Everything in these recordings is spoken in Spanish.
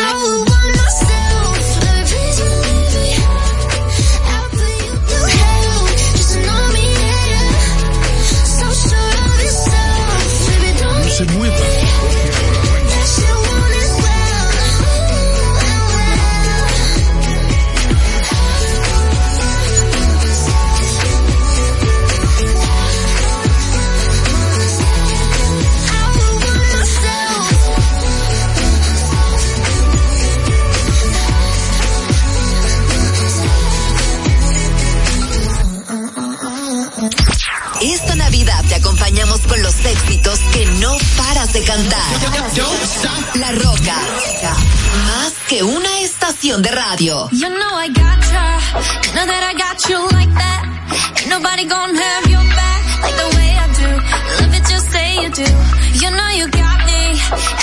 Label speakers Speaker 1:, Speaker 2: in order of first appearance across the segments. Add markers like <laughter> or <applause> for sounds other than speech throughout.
Speaker 1: Oh,
Speaker 2: with us.
Speaker 3: Esta Navidad te acompañamos con los éxitos que no paras de cantar. La Roca, más que una estación de radio.
Speaker 4: You know I got ya, know that I got you like that. Ain't nobody gonna have your back like the way I do. Love it, just say you do. You know you got me.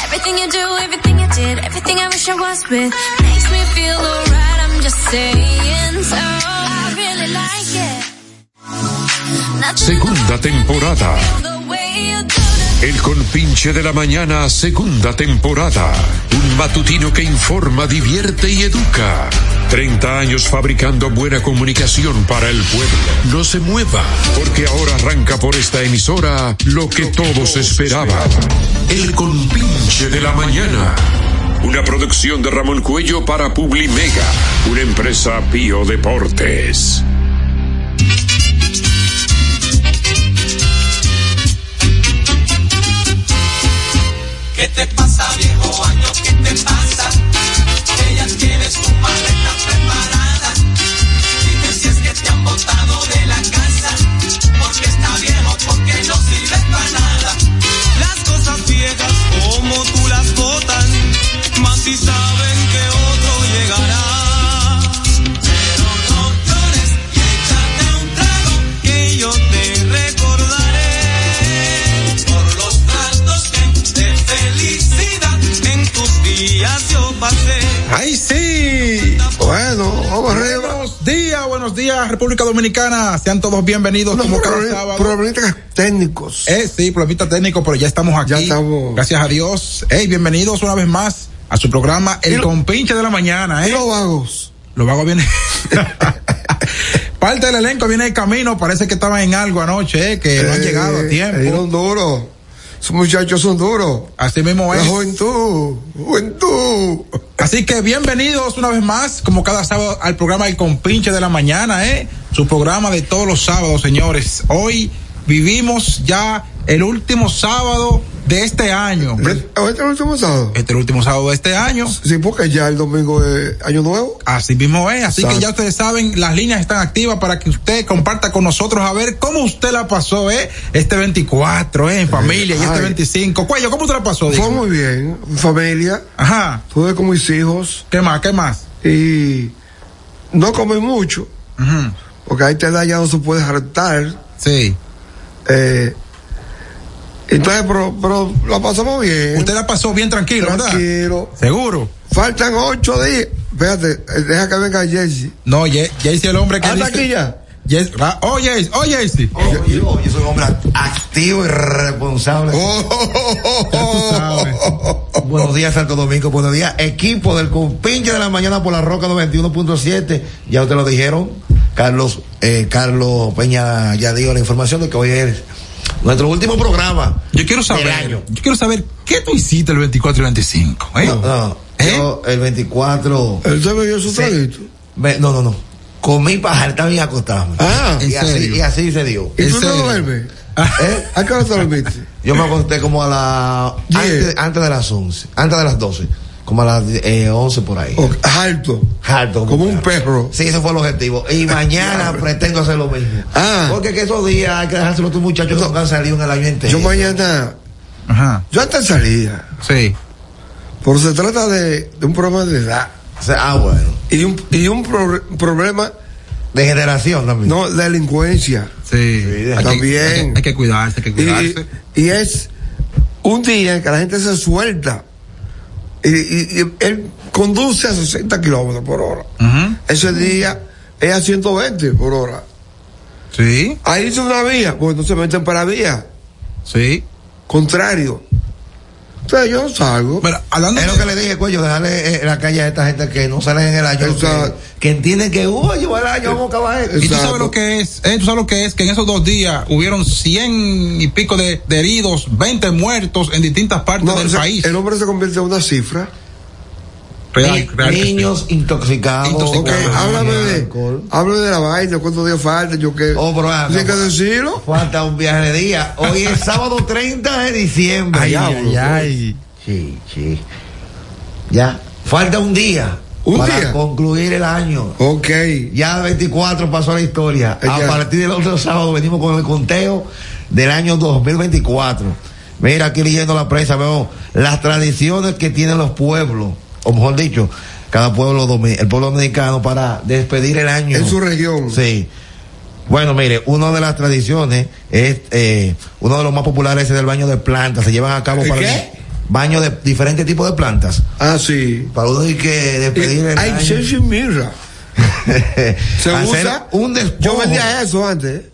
Speaker 4: Everything you do, everything you did, everything I wish I was with makes me feel alright. I'm just saying so. I really like it. Nothing
Speaker 2: Segunda temporada.
Speaker 4: the way you do it.
Speaker 2: El Colpinche de la Mañana, segunda temporada. Un matutino que informa, divierte y educa. 30 años fabricando buena comunicación para el pueblo. No se mueva, porque ahora arranca por esta emisora lo que todos esperaban. El Colpinche de la Mañana. Una producción de Ramón Cuello para Publimega, una empresa Pío Deportes.
Speaker 5: ¿Qué te pasa, viejo año? ¿Qué te pasa? Ellas tienen su maleta preparada. Dime si es que te han botado de la casa. Porque está viejo, porque no sirve para nada. Las cosas viejas, como tú las botan, más si saben que otro llegará. Pero no llores y échate un trago, que yo te recordaré por los tratos de, de felicidad en tus días yo pasé.
Speaker 6: ¡Ay, sí! Bueno, vamos arriba.
Speaker 7: Buenos días, buenos días, República Dominicana. Sean todos bienvenidos
Speaker 6: Unos
Speaker 7: como cada
Speaker 6: proble-
Speaker 7: sábado.
Speaker 6: problemas técnicos.
Speaker 7: Eh, sí, problemita técnico, pero ya estamos aquí.
Speaker 6: Ya estamos.
Speaker 7: Gracias a Dios. Hey, bienvenidos una vez más a su programa El
Speaker 6: lo-
Speaker 7: Compinche de la Mañana.
Speaker 6: ¿Qué
Speaker 7: ¿eh?
Speaker 6: lo vagos?
Speaker 7: Lo vago viene. <laughs> Parte del elenco viene de camino. Parece que estaban en algo anoche, eh, que no han
Speaker 6: Eh,
Speaker 7: llegado a tiempo.
Speaker 6: eh, Son duros. Esos muchachos son duros.
Speaker 7: Así mismo
Speaker 6: La
Speaker 7: es.
Speaker 6: juventud. Juventud.
Speaker 7: Así que bienvenidos una vez más, como cada sábado, al programa El Compinche de la Mañana, ¿eh? Su programa de todos los sábados, señores. Hoy vivimos ya el último sábado de este año. Este
Speaker 6: ¿Ahorita es el último sábado?
Speaker 7: es el último sábado de este año.
Speaker 6: Sí, porque ya el domingo es Año Nuevo.
Speaker 7: Así mismo es. Así que
Speaker 6: Exacto.
Speaker 7: ya ustedes saben, las líneas están activas para que usted comparta con nosotros a ver cómo usted la pasó, ¿eh? Este 24, ¿eh? En familia, y este
Speaker 6: ay.
Speaker 7: 25. Cuello, ¿cómo usted la pasó?
Speaker 6: Fue
Speaker 7: Digo?
Speaker 6: muy bien. en Familia.
Speaker 7: Ajá.
Speaker 6: Estuve con mis hijos.
Speaker 7: ¿Qué más? ¿Qué más?
Speaker 6: Y no comí mucho.
Speaker 7: Ujú.
Speaker 6: Porque ahí te da ya no se puede hartar.
Speaker 7: Sí.
Speaker 6: Eh, entonces, pero, pero la pasamos bien.
Speaker 7: Usted la pasó bien tranquilo, ¿verdad?
Speaker 6: tranquilo.
Speaker 7: Seguro.
Speaker 6: Faltan ocho días. Espérate, eh, deja que venga Jesse.
Speaker 7: No, Ye- Jaycee el hombre que
Speaker 6: Anda
Speaker 7: dice-
Speaker 6: aquí ya.
Speaker 7: Yes- ra- oh, Jaycee, oh, Jaycee.
Speaker 8: Yo, yo- yo soy un hombre activo y responsable.
Speaker 6: Oh, oh, oh, oh, oh.
Speaker 8: Buenos días, Santo Domingo. Buenos días, equipo del Compinche de la Mañana por la Roca 91.7. Ya ustedes lo dijeron. Carlos, eh, Carlos Peña ya dio la información de que hoy es nuestro último programa.
Speaker 7: Yo quiero
Speaker 8: del
Speaker 7: saber,
Speaker 8: año.
Speaker 7: yo quiero saber qué tú hiciste el 24 y 25, ¿eh?
Speaker 8: No, no,
Speaker 7: ¿Eh?
Speaker 8: yo el 24.
Speaker 6: Él se bebió su
Speaker 8: Sí.
Speaker 6: traguito.
Speaker 8: me- no, no, no. Comí para estar bien acostarme.
Speaker 6: Ah,
Speaker 8: y,
Speaker 7: ¿en
Speaker 8: así,
Speaker 7: serio?
Speaker 8: y así se dio.
Speaker 6: ¿y
Speaker 7: ¿en
Speaker 6: tú no
Speaker 7: serio?
Speaker 6: duermes?
Speaker 8: ¿Eh?
Speaker 6: ¿A qué hora te dormiste?
Speaker 8: Yo me acosté como a las.
Speaker 6: Diez.
Speaker 8: Antes, antes de las 11. Antes de las 12. Como a las eh, 11 por ahí.
Speaker 6: O- alto.
Speaker 8: Harto
Speaker 6: Como un perro.
Speaker 8: Sí, ese fue el objetivo.
Speaker 6: <laughs>
Speaker 8: Y mañana pretendo hacer lo mismo.
Speaker 6: Ah.
Speaker 8: Porque que esos días hay que dejárselo a tus muchachos que no han salido en el año entero.
Speaker 6: Yo mañana,
Speaker 7: Ajá,
Speaker 6: yo antes salía,
Speaker 7: sí.
Speaker 6: pero se trata de, de un problema de edad
Speaker 8: O sea, ah, bueno.
Speaker 6: y un, y un pro- problema,
Speaker 8: De generación también.
Speaker 6: no, de delincuencia.
Speaker 7: Sí,
Speaker 8: de-
Speaker 7: Hay que-
Speaker 6: también.
Speaker 7: hay que- hay que cuidarse, hay que cuidarse.
Speaker 6: Y, y es un día en que la gente se suelta y, y- y él conduce a 60 kilómetros por hora.
Speaker 7: Ujú,
Speaker 6: Ese día es a 120 por hora.
Speaker 7: Sí,
Speaker 6: Ahí hizo una vía, pues entonces meten para vía,
Speaker 7: sí.
Speaker 6: contrario.
Speaker 9: O sea, yo salgo.
Speaker 7: Mira, hablando
Speaker 6: Es lo
Speaker 7: de-
Speaker 6: que le dije, cuello, dejarle eh, la calle a esta gente que no salen en el año. Que,
Speaker 9: Exacto.
Speaker 6: que entienden que, uy, yo el año, vamos a acabar esto.
Speaker 7: Y tú
Speaker 9: Exacto.
Speaker 7: sabes lo que es, eh, tú sabes lo que es, que en esos dos días hubieron 100 y pico de, de heridos, 20 muertos en distintas partes
Speaker 9: No,
Speaker 7: del
Speaker 9: o sea,
Speaker 7: país.
Speaker 9: el hombre se convierte en una cifra.
Speaker 7: Real,
Speaker 6: Ni-
Speaker 7: real que sí.
Speaker 6: niños intoxicados.
Speaker 9: Ok,
Speaker 7: Intoxicados,
Speaker 6: con
Speaker 9: háblame de,
Speaker 6: alcohol.
Speaker 9: háblame de la vaina, cuántos días falta, yo qué.
Speaker 6: Oh, pero, ah,
Speaker 9: Tienes
Speaker 6: no.
Speaker 9: que decirlo.
Speaker 6: Falta un viaje de día. Hoy
Speaker 9: <laughs>
Speaker 6: es sábado 30 de diciembre.
Speaker 9: Ay, pues.
Speaker 6: Ya,
Speaker 9: ay,
Speaker 6: bro.
Speaker 9: ay.
Speaker 6: Sí, sí. Ya. Falta un día.
Speaker 9: ¿Un
Speaker 6: para
Speaker 9: día?
Speaker 6: concluir el año.
Speaker 9: Ok.
Speaker 6: Ya el 24 pasó la historia.
Speaker 9: Eh, ya.
Speaker 6: A partir del otro sábado venimos con el conteo del año 2024. Mira, aquí leyendo la prensa veo las tradiciones que tienen los pueblos, o mejor dicho, cada pueblo, domi- el pueblo dominicano para despedir el año.
Speaker 9: En su región.
Speaker 6: Sí. Bueno, mire, una de las tradiciones es eh, uno de los más populares es el baño de plantas. Se llevan a cabo
Speaker 9: ¿El
Speaker 6: para
Speaker 9: qué?
Speaker 6: baño de diferentes tipos de plantas.
Speaker 9: Ah, sí.
Speaker 6: Para uno hay que despedir el
Speaker 9: Hay
Speaker 6: año.
Speaker 9: chef
Speaker 6: <laughs>
Speaker 9: mirra. Se
Speaker 6: Hacer
Speaker 9: usa.
Speaker 6: un
Speaker 9: Yo
Speaker 6: despojo.
Speaker 9: vendía eso antes. ¿eh?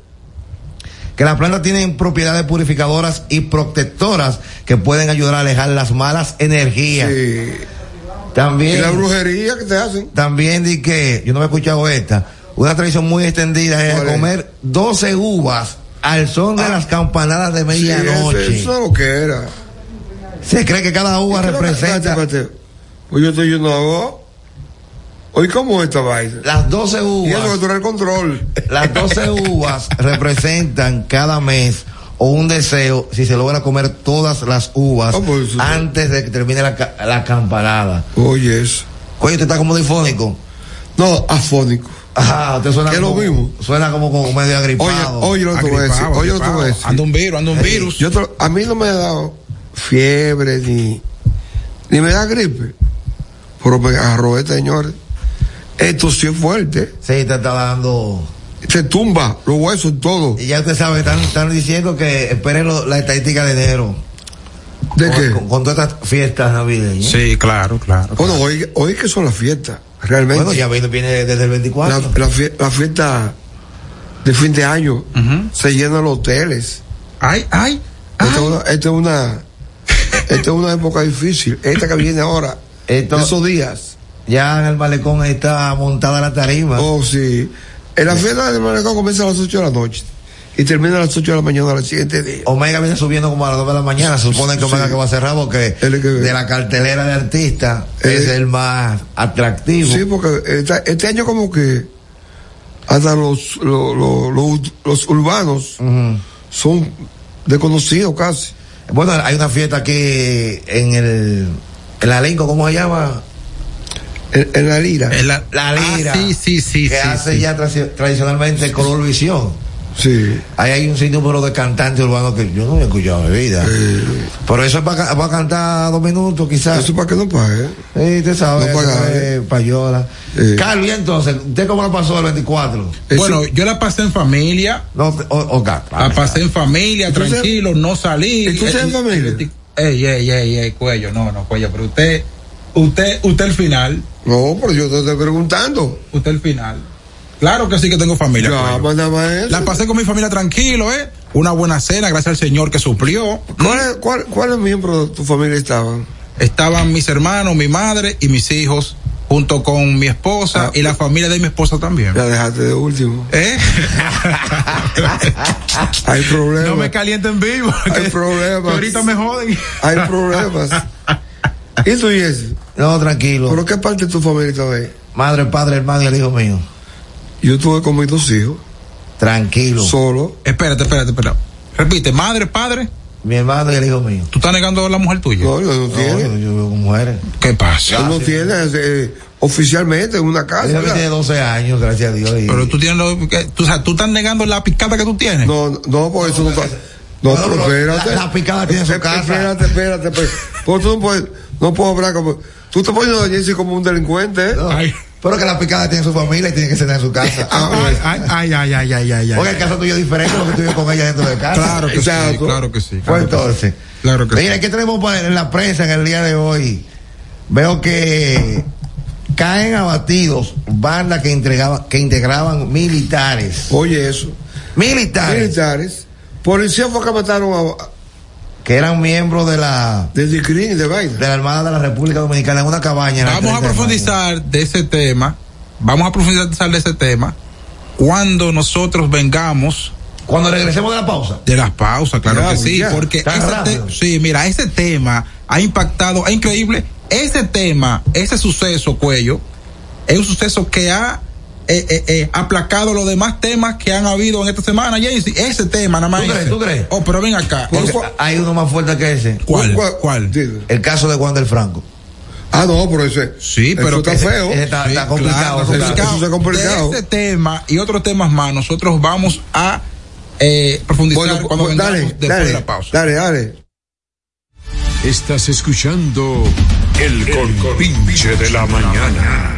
Speaker 6: que las plantas tienen propiedades purificadoras y protectoras que pueden ayudar a alejar las malas energías.
Speaker 9: Sí. Y
Speaker 6: También,
Speaker 9: la brujería que te hacen.
Speaker 6: también di que, yo no me he escuchado esta, una tradición muy extendida es
Speaker 9: ¿Cuál es? Ah.
Speaker 6: comer 12 uvas al son de las campanadas de
Speaker 9: Sí, eso,
Speaker 6: medianoche.
Speaker 9: eso es lo que era.
Speaker 6: Se cree que cada uva
Speaker 9: ¿Y qué
Speaker 6: representa
Speaker 9: lo que- espérate, espérate. Pues yo estoy yendo a vos. Hoy, ¿cómo es esta vaina?
Speaker 6: las 12
Speaker 9: Y eso que tú
Speaker 6: uvas.
Speaker 9: eres el control. <laughs>
Speaker 6: Las 12 uvas representan cada mes o un deseo si se logra comer todas las uvas
Speaker 9: Oh, pues, eso-
Speaker 6: antes de que termine la, ca- la campanada.
Speaker 9: Oye, eso.
Speaker 6: Oye, usted está como difónico.
Speaker 9: No, afónico.
Speaker 6: Ajá, usted suena
Speaker 9: Es lo
Speaker 6: como,
Speaker 9: mismo.
Speaker 6: Suena como, como medio
Speaker 9: Oye,
Speaker 6: agripado.
Speaker 9: oye lo que te voy a decir.
Speaker 7: Agripado,
Speaker 9: Oye lo que te voy a
Speaker 7: agripado.
Speaker 9: decir.
Speaker 7: Anda un virus, anda un virus.
Speaker 9: Yo te- a mí no me ha dado fiebre ni, ni me da gripe. Pero me agarró este señor. Esto sí es fuerte.
Speaker 6: Sí, te está dando.
Speaker 9: Se tumba los huesos todo.
Speaker 6: Y ya usted sabe, están, están diciendo que esperen lo- la estadística de enero.
Speaker 9: ¿De
Speaker 6: con,
Speaker 9: qué?
Speaker 6: Con, con todas estas fiestas navideñas.
Speaker 7: Sí, claro, claro.
Speaker 9: Bueno, hoy, hoy que son las fiestas, realmente.
Speaker 6: Bueno, ya viene, viene Eh, desde el
Speaker 9: la,
Speaker 6: 24.
Speaker 9: la fie- la fiesta de fin de año
Speaker 7: Ujú.
Speaker 9: se llenan los hoteles.
Speaker 7: Ay, ay, ay.
Speaker 9: Esta es una, esta es una, esta es una época difícil. Esta que viene ahora,
Speaker 6: Esto-
Speaker 9: esos días.
Speaker 6: Ya en el malecón está montada la tarima.
Speaker 9: Oh, sí. En la fiesta del malecón comienza a las 8 de la noche y termina a las 8 de la mañana del siguiente día.
Speaker 6: Omega viene subiendo como a las 2 de la mañana. Se supone que Omega
Speaker 9: Sí.
Speaker 6: que va a cerrar porque
Speaker 9: Él es que-
Speaker 6: de la cartelera de artistas
Speaker 9: Eh.
Speaker 6: es el más atractivo.
Speaker 9: Sí, porque esta- este año como que hasta los, lo- lo- lo- los urbanos
Speaker 6: Ujú.
Speaker 9: son desconocidos casi.
Speaker 6: Bueno, hay una fiesta aquí en el. En la Lincoln, ¿cómo se llama?
Speaker 9: En, en la lira.
Speaker 7: Eh, la,
Speaker 6: La
Speaker 7: ah,
Speaker 6: lira.
Speaker 7: sí, sí, sí.
Speaker 6: que
Speaker 7: sí,
Speaker 6: hace
Speaker 7: sí.
Speaker 6: ya tra- tradicionalmente Color Visión.
Speaker 9: Sí.
Speaker 6: Ahí hay un sinnúmero de cantantes urbanos que yo no había escuchado en mi vida. Pero eso es para cantar dos minutos, quizás.
Speaker 9: Eso para que no pague.
Speaker 6: Sí, usted sabe,
Speaker 9: No paga,
Speaker 6: eso es
Speaker 9: eh.
Speaker 6: payola.
Speaker 9: Eh.
Speaker 6: Carlos, ¿y entonces? ¿Usted cómo lo pasó el 24?
Speaker 9: Eso-
Speaker 7: Bueno, yo la pasé en familia,
Speaker 6: No, o, o- ca-
Speaker 7: la pasé en familia,
Speaker 9: Entonces-
Speaker 7: tranquilo, no salí.
Speaker 9: Entonces,
Speaker 7: Eh,
Speaker 9: en familia.
Speaker 7: Ey, ey, ey, ey, cuello, no, no, cuello, pero usted, usted, usted el final,
Speaker 9: No, pero yo te estoy preguntando.
Speaker 7: usted el final. Claro que sí que tengo familia.
Speaker 9: Ya,
Speaker 7: cuello.
Speaker 9: más nada más eso.
Speaker 7: La pasé con mi familia tranquilo, ¿eh? Una buena cena, gracias al Señor que suplió.
Speaker 9: ¿Cuáles cuál, cuáles miembros de tu familia estaban?
Speaker 7: Estaban mis hermanos, mi madre y mis hijos, junto con mi esposa
Speaker 9: Ah.
Speaker 7: y la familia de mi esposa también.
Speaker 9: La dejaste de último.
Speaker 7: ¿Eh? <laughs>
Speaker 9: Hay problemas.
Speaker 7: no me calienten vivo.
Speaker 9: Hay
Speaker 7: que-
Speaker 9: problemas.
Speaker 7: que ahorita me joden.
Speaker 9: Hay
Speaker 7: <laughs>
Speaker 9: problemas. ¿Y tú, Jesse?
Speaker 6: <laughs> No, tranquilo.
Speaker 9: ¿Pero qué parte de tu familia estaba ahí?
Speaker 6: Madre, padre, hermano y el hijo mío.
Speaker 9: Yo estuve con mis dos hijos,
Speaker 6: Tranquilo.
Speaker 9: solo.
Speaker 7: Espérate, espérate, espérate. Repite, madre, padre,
Speaker 6: Mi hermano y el hijo mío.
Speaker 7: ¿tú estás negando a la mujer tuya?
Speaker 9: No, yo no
Speaker 6: No,
Speaker 9: tiene.
Speaker 6: yo, yo vivo con mujeres.
Speaker 7: ¿Qué pasa?
Speaker 9: Él no tiene eh, oficialmente una casa.
Speaker 6: Ella me tiene
Speaker 9: ¿verdad?
Speaker 6: 12 años, gracias a Dios. y-
Speaker 7: Pero tú tienes, lo que- tú, o sea, tú estás negando la picada que tú tienes.
Speaker 9: No, no, no, por eso no está. No,
Speaker 6: No,
Speaker 9: pero
Speaker 6: pero
Speaker 9: espérate.
Speaker 6: la- la picada tiene su casa.
Speaker 9: Espérate, espérate. espérate. Porque tú no puedes, no puedo hablar como. Tú te pones a Jesse como un delincuente. ¿eh?
Speaker 6: No,
Speaker 7: Ay.
Speaker 6: Pero que la picada tiene su familia y tiene que cenar en su casa.
Speaker 9: Ah,
Speaker 7: Ah,
Speaker 9: eh.
Speaker 7: Ay, ay, ay, ay, ay, ay, ay, ay.
Speaker 6: Porque el caso tuyo es diferente a lo que tuve con ella dentro de casa.
Speaker 7: Claro que sí,
Speaker 9: Exacto.
Speaker 7: claro que sí.
Speaker 6: Pues
Speaker 7: claro que sí.
Speaker 6: entonces.
Speaker 7: Claro que
Speaker 6: Mira,
Speaker 7: sí.
Speaker 6: ¿qué tenemos pa- en la prensa en el día de hoy? Veo que caen abatidos bandas que entregaban, que integraban militares.
Speaker 9: Oye, eso.
Speaker 6: Militares.
Speaker 9: Militares. Policía fue que mataron a,
Speaker 6: que eran miembros de la
Speaker 9: de, Dicrín, de, Biden.
Speaker 6: de la Armada de la República Dominicana en una cabaña. en la
Speaker 7: Vamos a
Speaker 6: 30 de
Speaker 7: profundizar de ese tema. Vamos a profundizar de ese tema cuando nosotros vengamos
Speaker 6: mayo. Cuando regresemos de la pausa.
Speaker 7: de las pausas, claro
Speaker 9: Ya,
Speaker 7: que
Speaker 9: pues
Speaker 7: sí,
Speaker 9: ya,
Speaker 7: porque
Speaker 6: está
Speaker 7: ese
Speaker 6: rápido.
Speaker 7: te- sí, mira, ese tema ha impactado, es increíble, ese tema, ese suceso, cuello, es un suceso que ha eh, eh, eh, aplacado los demás temas que han habido en esta semana, James, ese tema nada más.
Speaker 6: ¿Tú crees,
Speaker 7: ese.
Speaker 6: tú crees?
Speaker 7: Oh, pero ven acá.
Speaker 6: Porque
Speaker 7: ¿Cuál?
Speaker 6: hay uno más fuerte que ese.
Speaker 7: ¿Cuál?
Speaker 9: ¿Cuál?
Speaker 7: ¿Cuál?
Speaker 9: Sí.
Speaker 6: El caso de Juan del Franco.
Speaker 9: Ah, no, pero ese.
Speaker 7: Sí,
Speaker 9: eso
Speaker 7: pero
Speaker 9: está
Speaker 7: que-
Speaker 9: feo.
Speaker 6: Ese está,
Speaker 7: Sí,
Speaker 6: está complicado.
Speaker 7: claro,
Speaker 6: eso está-
Speaker 9: complicado. Eso está complicado.
Speaker 7: De ese tema y otros temas más, nosotros vamos a eh, profundizar
Speaker 9: Bueno,
Speaker 7: cuando
Speaker 9: pues,
Speaker 7: vengamos
Speaker 9: dale,
Speaker 7: después de
Speaker 9: dale,
Speaker 7: la pausa.
Speaker 9: dale, dale.
Speaker 2: Estás escuchando El Compinche de la Mañana.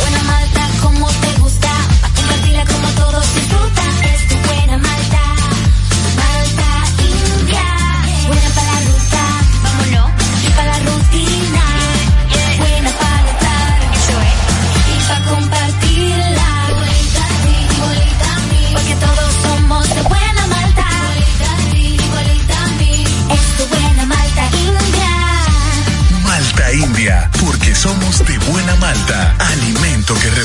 Speaker 1: buena malta como te gusta, pa' compartirla como todos disfrutan. Es tu buena malta, malta india. Buena para la ruta, vámonos, y para la rutina. Buena para estar, eso es. eh. Y para compartirla, igualita a ti, igualita a mí. Porque todos somos de buena malta, igualita a ti, igualita a mí. Es tu buena malta india.
Speaker 10: Malta India, porque somos de buena malta, alimento que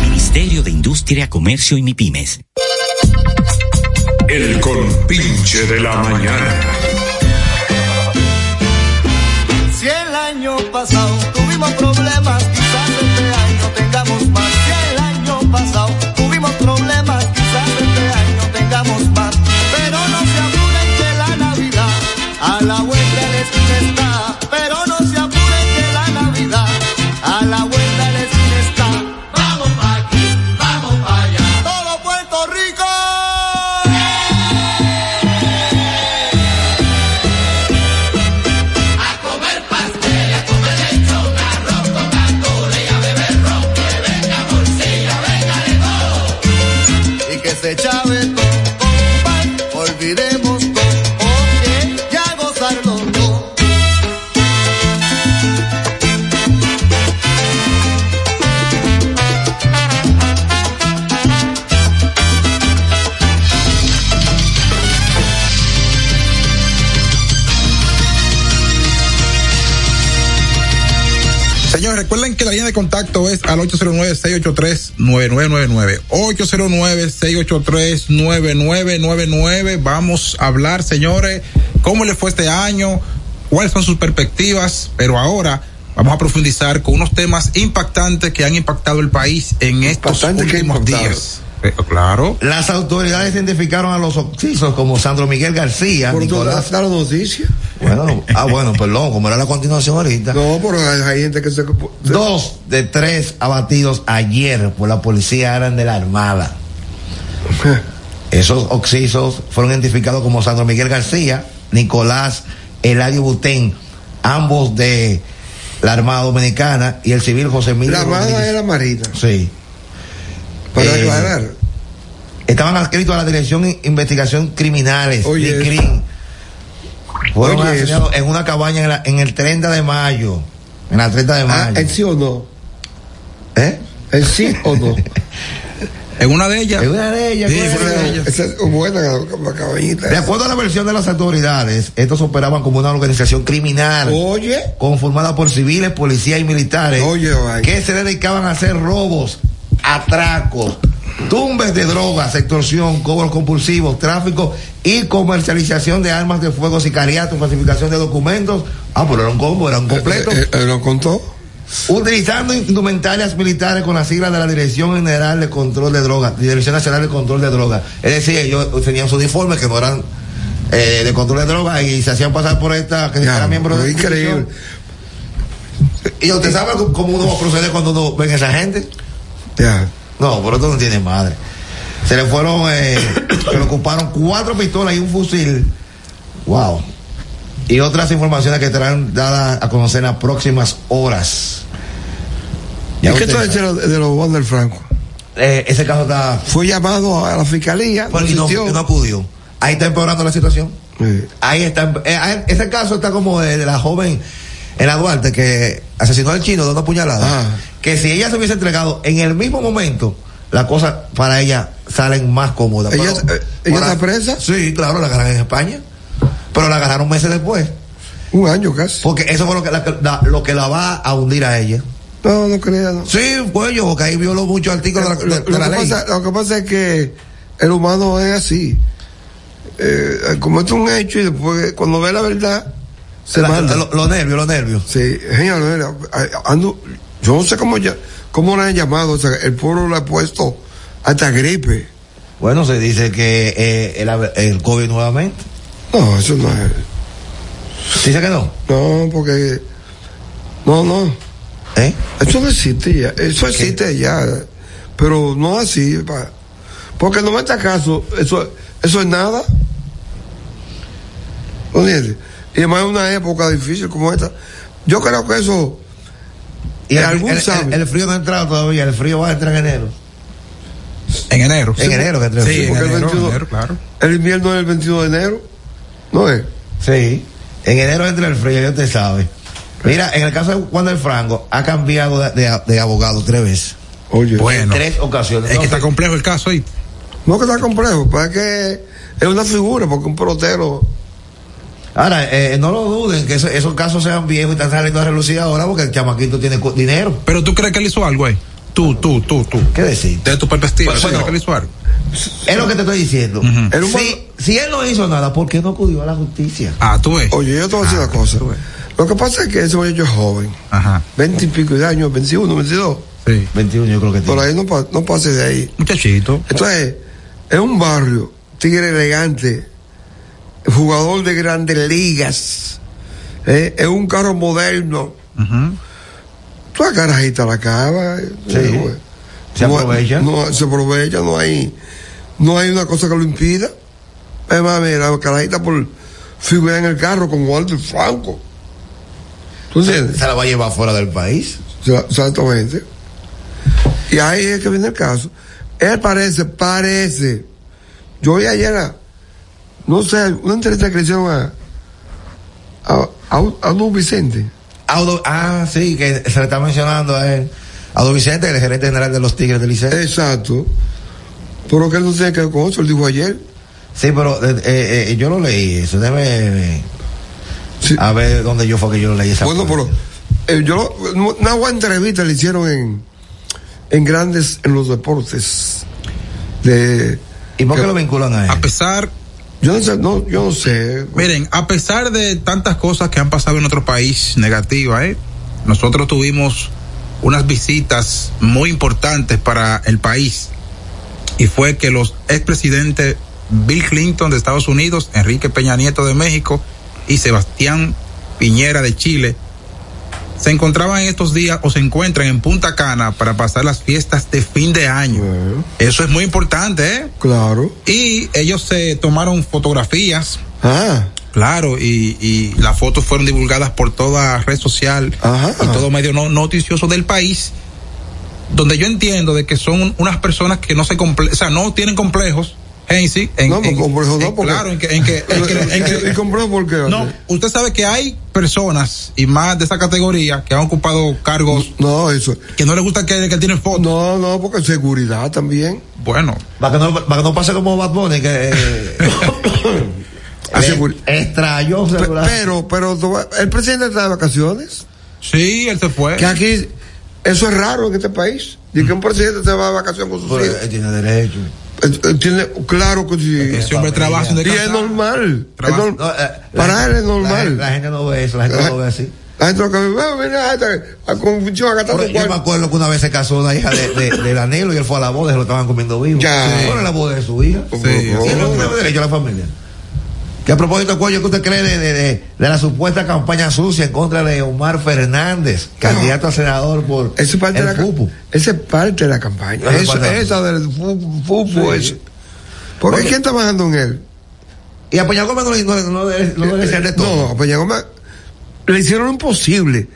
Speaker 11: Ministerio de Industria, Comercio y MIPIMES.
Speaker 2: El Compinche de la Mañana.
Speaker 12: Si el año pasado tuvimos problemas, quizás este año tengamos más. Si el año pasado tuvimos problemas, quizás este año tengamos más. Pero no se apuren que la Navidad a la vuelta de la esquina está. Pero no se apuren que la Navidad a la vuelta de la esquina está. Vamos pa' aquí, vamos pa' allá. Todo Puerto Rico. y que se chave todo con pan, olvidemos todo, oye, ya gozarlo todo.
Speaker 7: Señores, recuerden que la línea de contacto es al 809-683-9999. 809-683-9999. Vamos a hablar, señores, cómo le fue este año, cuáles son sus perspectivas, pero ahora vamos a profundizar con unos temas impactantes que han impactado el país en estos
Speaker 9: Impactante que
Speaker 7: últimos
Speaker 9: impactado.
Speaker 7: días. Eh, claro.
Speaker 6: Las autoridades identificaron a los occisos como Sandro Miguel García,
Speaker 9: Por tú
Speaker 6: Nicolás
Speaker 9: das la noticia.
Speaker 6: Bueno, ah, bueno, perdón, como era la continuación ahorita.
Speaker 9: No, pero hay gente que se.
Speaker 6: Dos de tres abatidos ayer por la policía eran de la Armada.
Speaker 9: <laughs>
Speaker 6: Esos oxisos fueron identificados como Sandro Miguel García, Nicolás Eladio Butén, ambos de la Armada Dominicana y el civil José Emilio.
Speaker 9: La Armada
Speaker 6: Rodríguez.
Speaker 9: era Marina.
Speaker 6: Sí. Eh,
Speaker 9: Para aclarar.
Speaker 6: Estaban adscritos a la Dirección de Investigación Criminales,
Speaker 9: Oye,
Speaker 6: DICRIM. Fueron
Speaker 9: Oye,
Speaker 6: asesinados
Speaker 9: eso.
Speaker 6: en una cabaña en, la- en el 30 de mayo. En la 30 de mayo. ¿En
Speaker 9: Ah, sí o no?
Speaker 6: ¿Eh?
Speaker 9: ¿En sí o
Speaker 6: <laughs>
Speaker 9: no?
Speaker 7: en una de ellas.
Speaker 6: En una de ellas.
Speaker 9: Sí,
Speaker 6: en una de
Speaker 9: fue-
Speaker 6: ellas.
Speaker 9: esa es buena la caballita.
Speaker 6: De acuerdo a la versión de las autoridades, estos operaban como una organización criminal. Conformada por civiles, policías y militares. que se dedicaban a hacer robos, atracos, tumbes de drogas, extorsión, cobros compulsivos, tráfico y comercialización de armas de fuego, sicariato, falsificación de documentos. Ah, pero era un combo, era un completo.
Speaker 9: lo contó.
Speaker 6: Utilizando indumentarias militares con las siglas de la Dirección General de Control de Drogas, Dirección Nacional de Control de Drogas. Es decir, ellos tenían sus uniformes que no eran eh, de control de drogas y se hacían pasar por esta, que era miembro de la
Speaker 9: increíble.
Speaker 6: institución. Y usted sabe cómo- cómo uno va a proceder cuando uno ve a esa gente.
Speaker 9: Ya.
Speaker 6: No, por esto no tiene madre. Se le fueron, eh, se le ocuparon cuatro pistolas y un fusil. Wow. Y otras informaciones que estarán dadas a conocer en las próximas horas.
Speaker 9: ¿Y
Speaker 6: Ya
Speaker 9: qué
Speaker 6: usted
Speaker 9: tú has
Speaker 6: sabe.
Speaker 9: hecho de de los del Franco?
Speaker 6: Eh, ese caso está.
Speaker 9: Fue llamado a la fiscalía.
Speaker 6: Pero y no, y no acudió. Ahí está empeorando la situación.
Speaker 9: Sí.
Speaker 6: Ahí está. eh, ahí- ese caso está como de, de la joven en la Duarte que asesinó al chino de una puñalada.
Speaker 9: Ah.
Speaker 6: Que si ella se hubiese entregado en el mismo momento, las cosas para ella salen más cómodas.
Speaker 9: ¿Ella-
Speaker 6: Pero-
Speaker 9: eh, ella
Speaker 6: ahora-
Speaker 9: está presa?
Speaker 6: Sí, claro, la agarran en España. Pero la agarraron meses después.
Speaker 9: Un año casi.
Speaker 6: Porque eso fue lo que la, la- lo que la va a hundir a ella.
Speaker 9: No, no creía. No.
Speaker 6: Sí, pues yo, porque ahí violó muchos artículos de la, de- de
Speaker 9: lo,
Speaker 6: la
Speaker 9: que
Speaker 6: ley.
Speaker 9: pasa, lo que pasa es que el humano es así. Eh, comete un hecho y después, cuando ve la verdad, se
Speaker 6: La-
Speaker 9: manda.
Speaker 6: lo- los nervios, los nervios.
Speaker 9: Sí, señor, mira, ay, ando- yo no sé cómo, ya, cómo le han llamado. o sea, el pueblo le ha puesto hasta gripe.
Speaker 6: Bueno, se dice que eh, el, ave- el COVID nuevamente.
Speaker 9: No, eso no es.
Speaker 6: ¿Dice que no?
Speaker 9: No, porque. No, no.
Speaker 6: ¿Eh?
Speaker 9: Eso no existe ya. Eso existe ya. Pero no así. pa- Porque no me está caso. Eso, eso es nada. ¿No entiendes? Y además es una época difícil como esta. Yo creo que eso.
Speaker 6: Y el,
Speaker 9: algún
Speaker 6: el- el-
Speaker 9: sabe.
Speaker 6: el frío no ha entrado todavía, el frío va a entrar en enero.
Speaker 7: En enero.
Speaker 6: En enero que entra el
Speaker 7: Sí,
Speaker 6: frío.
Speaker 7: en
Speaker 6: Porque el
Speaker 7: enero,
Speaker 6: 21
Speaker 7: enero, claro.
Speaker 9: El invierno es el 22 de enero. ¿No es?
Speaker 6: Sí, en enero entra el frío, ya usted sabe. Mira, en el caso de Juan del Franco, ha cambiado de, de- de abogado tres veces.
Speaker 9: Oye,
Speaker 6: en tres ocasiones.
Speaker 7: Es que está complejo el caso ahí.
Speaker 9: No que está complejo, pero es que es una figura, porque un pelotero.
Speaker 6: Ahora, eh, no lo duden, que eso- esos casos sean viejos y están saliendo a relucir ahora porque el chamaquito tiene cu- dinero.
Speaker 7: Pero tú crees que él hizo algo ahí. Tú, tú, tú, tú.
Speaker 6: ¿Qué decir?
Speaker 7: De tu perspectiva,
Speaker 6: Pues,
Speaker 7: ¿tú crees
Speaker 6: bueno.
Speaker 7: que él hizo algo?
Speaker 6: Es lo que te estoy diciendo.
Speaker 9: Era un
Speaker 6: si, si él no hizo nada, ¿por qué no acudió a la justicia? Ah,
Speaker 7: Ah, tú ves.
Speaker 9: Oye, yo te voy a decir una cosa. Lo que pasa es que ese muchacho es joven,
Speaker 7: Ajá.
Speaker 9: 20 y pico de años, 21, 22.
Speaker 7: Sí.
Speaker 6: 21 yo creo que
Speaker 9: Por
Speaker 6: tiene.
Speaker 9: ahí no, pa- no pase de ahí.
Speaker 7: Muchachito.
Speaker 9: Entonces, es un barrio, tigre elegante, jugador de grandes ligas, eh, es un carro moderno.
Speaker 7: Ujú.
Speaker 9: Tú a carajita la cava. eh,
Speaker 6: Sí.
Speaker 9: eh, güey.
Speaker 6: Se
Speaker 9: No-
Speaker 6: aprovecha.
Speaker 9: No, se aprovecha, no hay, no hay una cosa que lo impida. Es más, mira, la carajita por figura en el carro con Walter Franco. ¿Tú entiendes?
Speaker 6: Se la va a llevar fuera del país.
Speaker 9: Sa- Exactamente. Y ahí es que viene el caso. Él parece, parece. Yo vi ayer, a- no sé, una entrevista que le hicieron a, a, a, un- a un Vicente.
Speaker 6: Audo- ah, sí, que se le está mencionando a él. Audo Vicente, el gerente general de los Tigres del Liceo.
Speaker 9: Exacto. Pero que él no tiene que ver con eso, él dijo ayer.
Speaker 6: Sí, pero eh, eh, eh, yo lo leí, eso debe...
Speaker 9: Sí.
Speaker 6: A ver dónde yo fue que yo lo leí esa
Speaker 9: Bueno,
Speaker 6: parte.
Speaker 9: pero eh, yo lo- no- una buena entrevista le hicieron en, en grandes, en los deportes. De,
Speaker 6: ¿Y por qué lo vinculan a
Speaker 7: A
Speaker 6: él?
Speaker 7: pesar
Speaker 9: yo no sé, no, yo no sé.
Speaker 7: Miren, a pesar de tantas cosas que han pasado en nuestro país negativas, ¿eh? nosotros tuvimos unas visitas muy importantes para el país y fue que los expresidentes Bill Clinton de Estados Unidos, Enrique Peña Nieto de México y Sebastián Piñera de Chile, se encontraban en estos días o se encuentran en Punta Cana para pasar las fiestas de fin de año. Eso es muy importante, ¿eh?
Speaker 6: Claro.
Speaker 7: Y ellos se tomaron fotografías.
Speaker 6: Ah.
Speaker 7: Claro, y, y las fotos fueron divulgadas por toda red social y todo medio no- noticioso del país, donde yo entiendo de que son unas personas que no se comple o sea, no tienen complejos. en sí, en,
Speaker 6: No,
Speaker 7: en-
Speaker 6: complejo no,
Speaker 7: en-
Speaker 6: porque-
Speaker 7: claro, en que, en que, en que- en que-
Speaker 6: eh, <laughs> ¿Y complejo por qué?
Speaker 7: no, usted sabe que hay personas y más de esa categoría que han ocupado cargos.
Speaker 6: No, eso.
Speaker 7: Que no les gusta que, que tienen fotos.
Speaker 6: No, no, porque seguridad también.
Speaker 7: Bueno.
Speaker 13: Para que no, para que no pase como Bad Bunny, que. eh, le Extrayó.
Speaker 6: Pe- Pero, pero tú va- el presidente está de vacaciones.
Speaker 7: Sí, él se fue.
Speaker 6: Que aquí, eso es raro en este país. De que un presidente se va de vacaciones con sus
Speaker 13: Pues,
Speaker 6: hijos.
Speaker 13: él tiene derecho.
Speaker 6: Eh, eh, tiene- claro que sí.
Speaker 13: Ese hombre trabaja sin
Speaker 6: Y es
Speaker 13: descansar.
Speaker 6: normal. Es
Speaker 13: Trabaja-
Speaker 6: nor-
Speaker 13: No, eh, la
Speaker 6: para
Speaker 13: gente-
Speaker 6: él es
Speaker 13: La,
Speaker 6: normal.
Speaker 13: la gente no ve eso, la gente no lo ve así.
Speaker 6: La gente lo que ve, "Bueno, mira, esta- a- con- yo a gastar
Speaker 13: Pero
Speaker 6: tu
Speaker 13: yo me
Speaker 6: cuarto".
Speaker 13: acuerdo que una vez se casó una hija de, de, de Danilo y él fue a la boda y se lo estaban comiendo vivo.
Speaker 6: Ya.
Speaker 13: Sí. Bueno, la boda de su hija.
Speaker 6: Sí,
Speaker 13: Y él no tiene derecho a la familia. Que a propósito, Cuello, ¿qué usted cree de, de, de- de la supuesta campaña sucia en contra de Omar Fernández, candidato a senador por
Speaker 6: Esa es parte
Speaker 13: el
Speaker 6: de la ca-
Speaker 13: cupo?
Speaker 6: esa es parte de la campaña.
Speaker 13: Esa es
Speaker 6: Eso-
Speaker 13: parte de la
Speaker 6: esa del fu- fútbol.
Speaker 13: Sí.
Speaker 6: eso. Porque
Speaker 13: Oye.
Speaker 6: ¿quién está bajando en él? Eh,
Speaker 13: Y a Peña Gómez no, le- no, le- no, le- no le decían de
Speaker 6: No, a Peña Gómez le hicieron lo
Speaker 7: <laughs>
Speaker 6: imposible.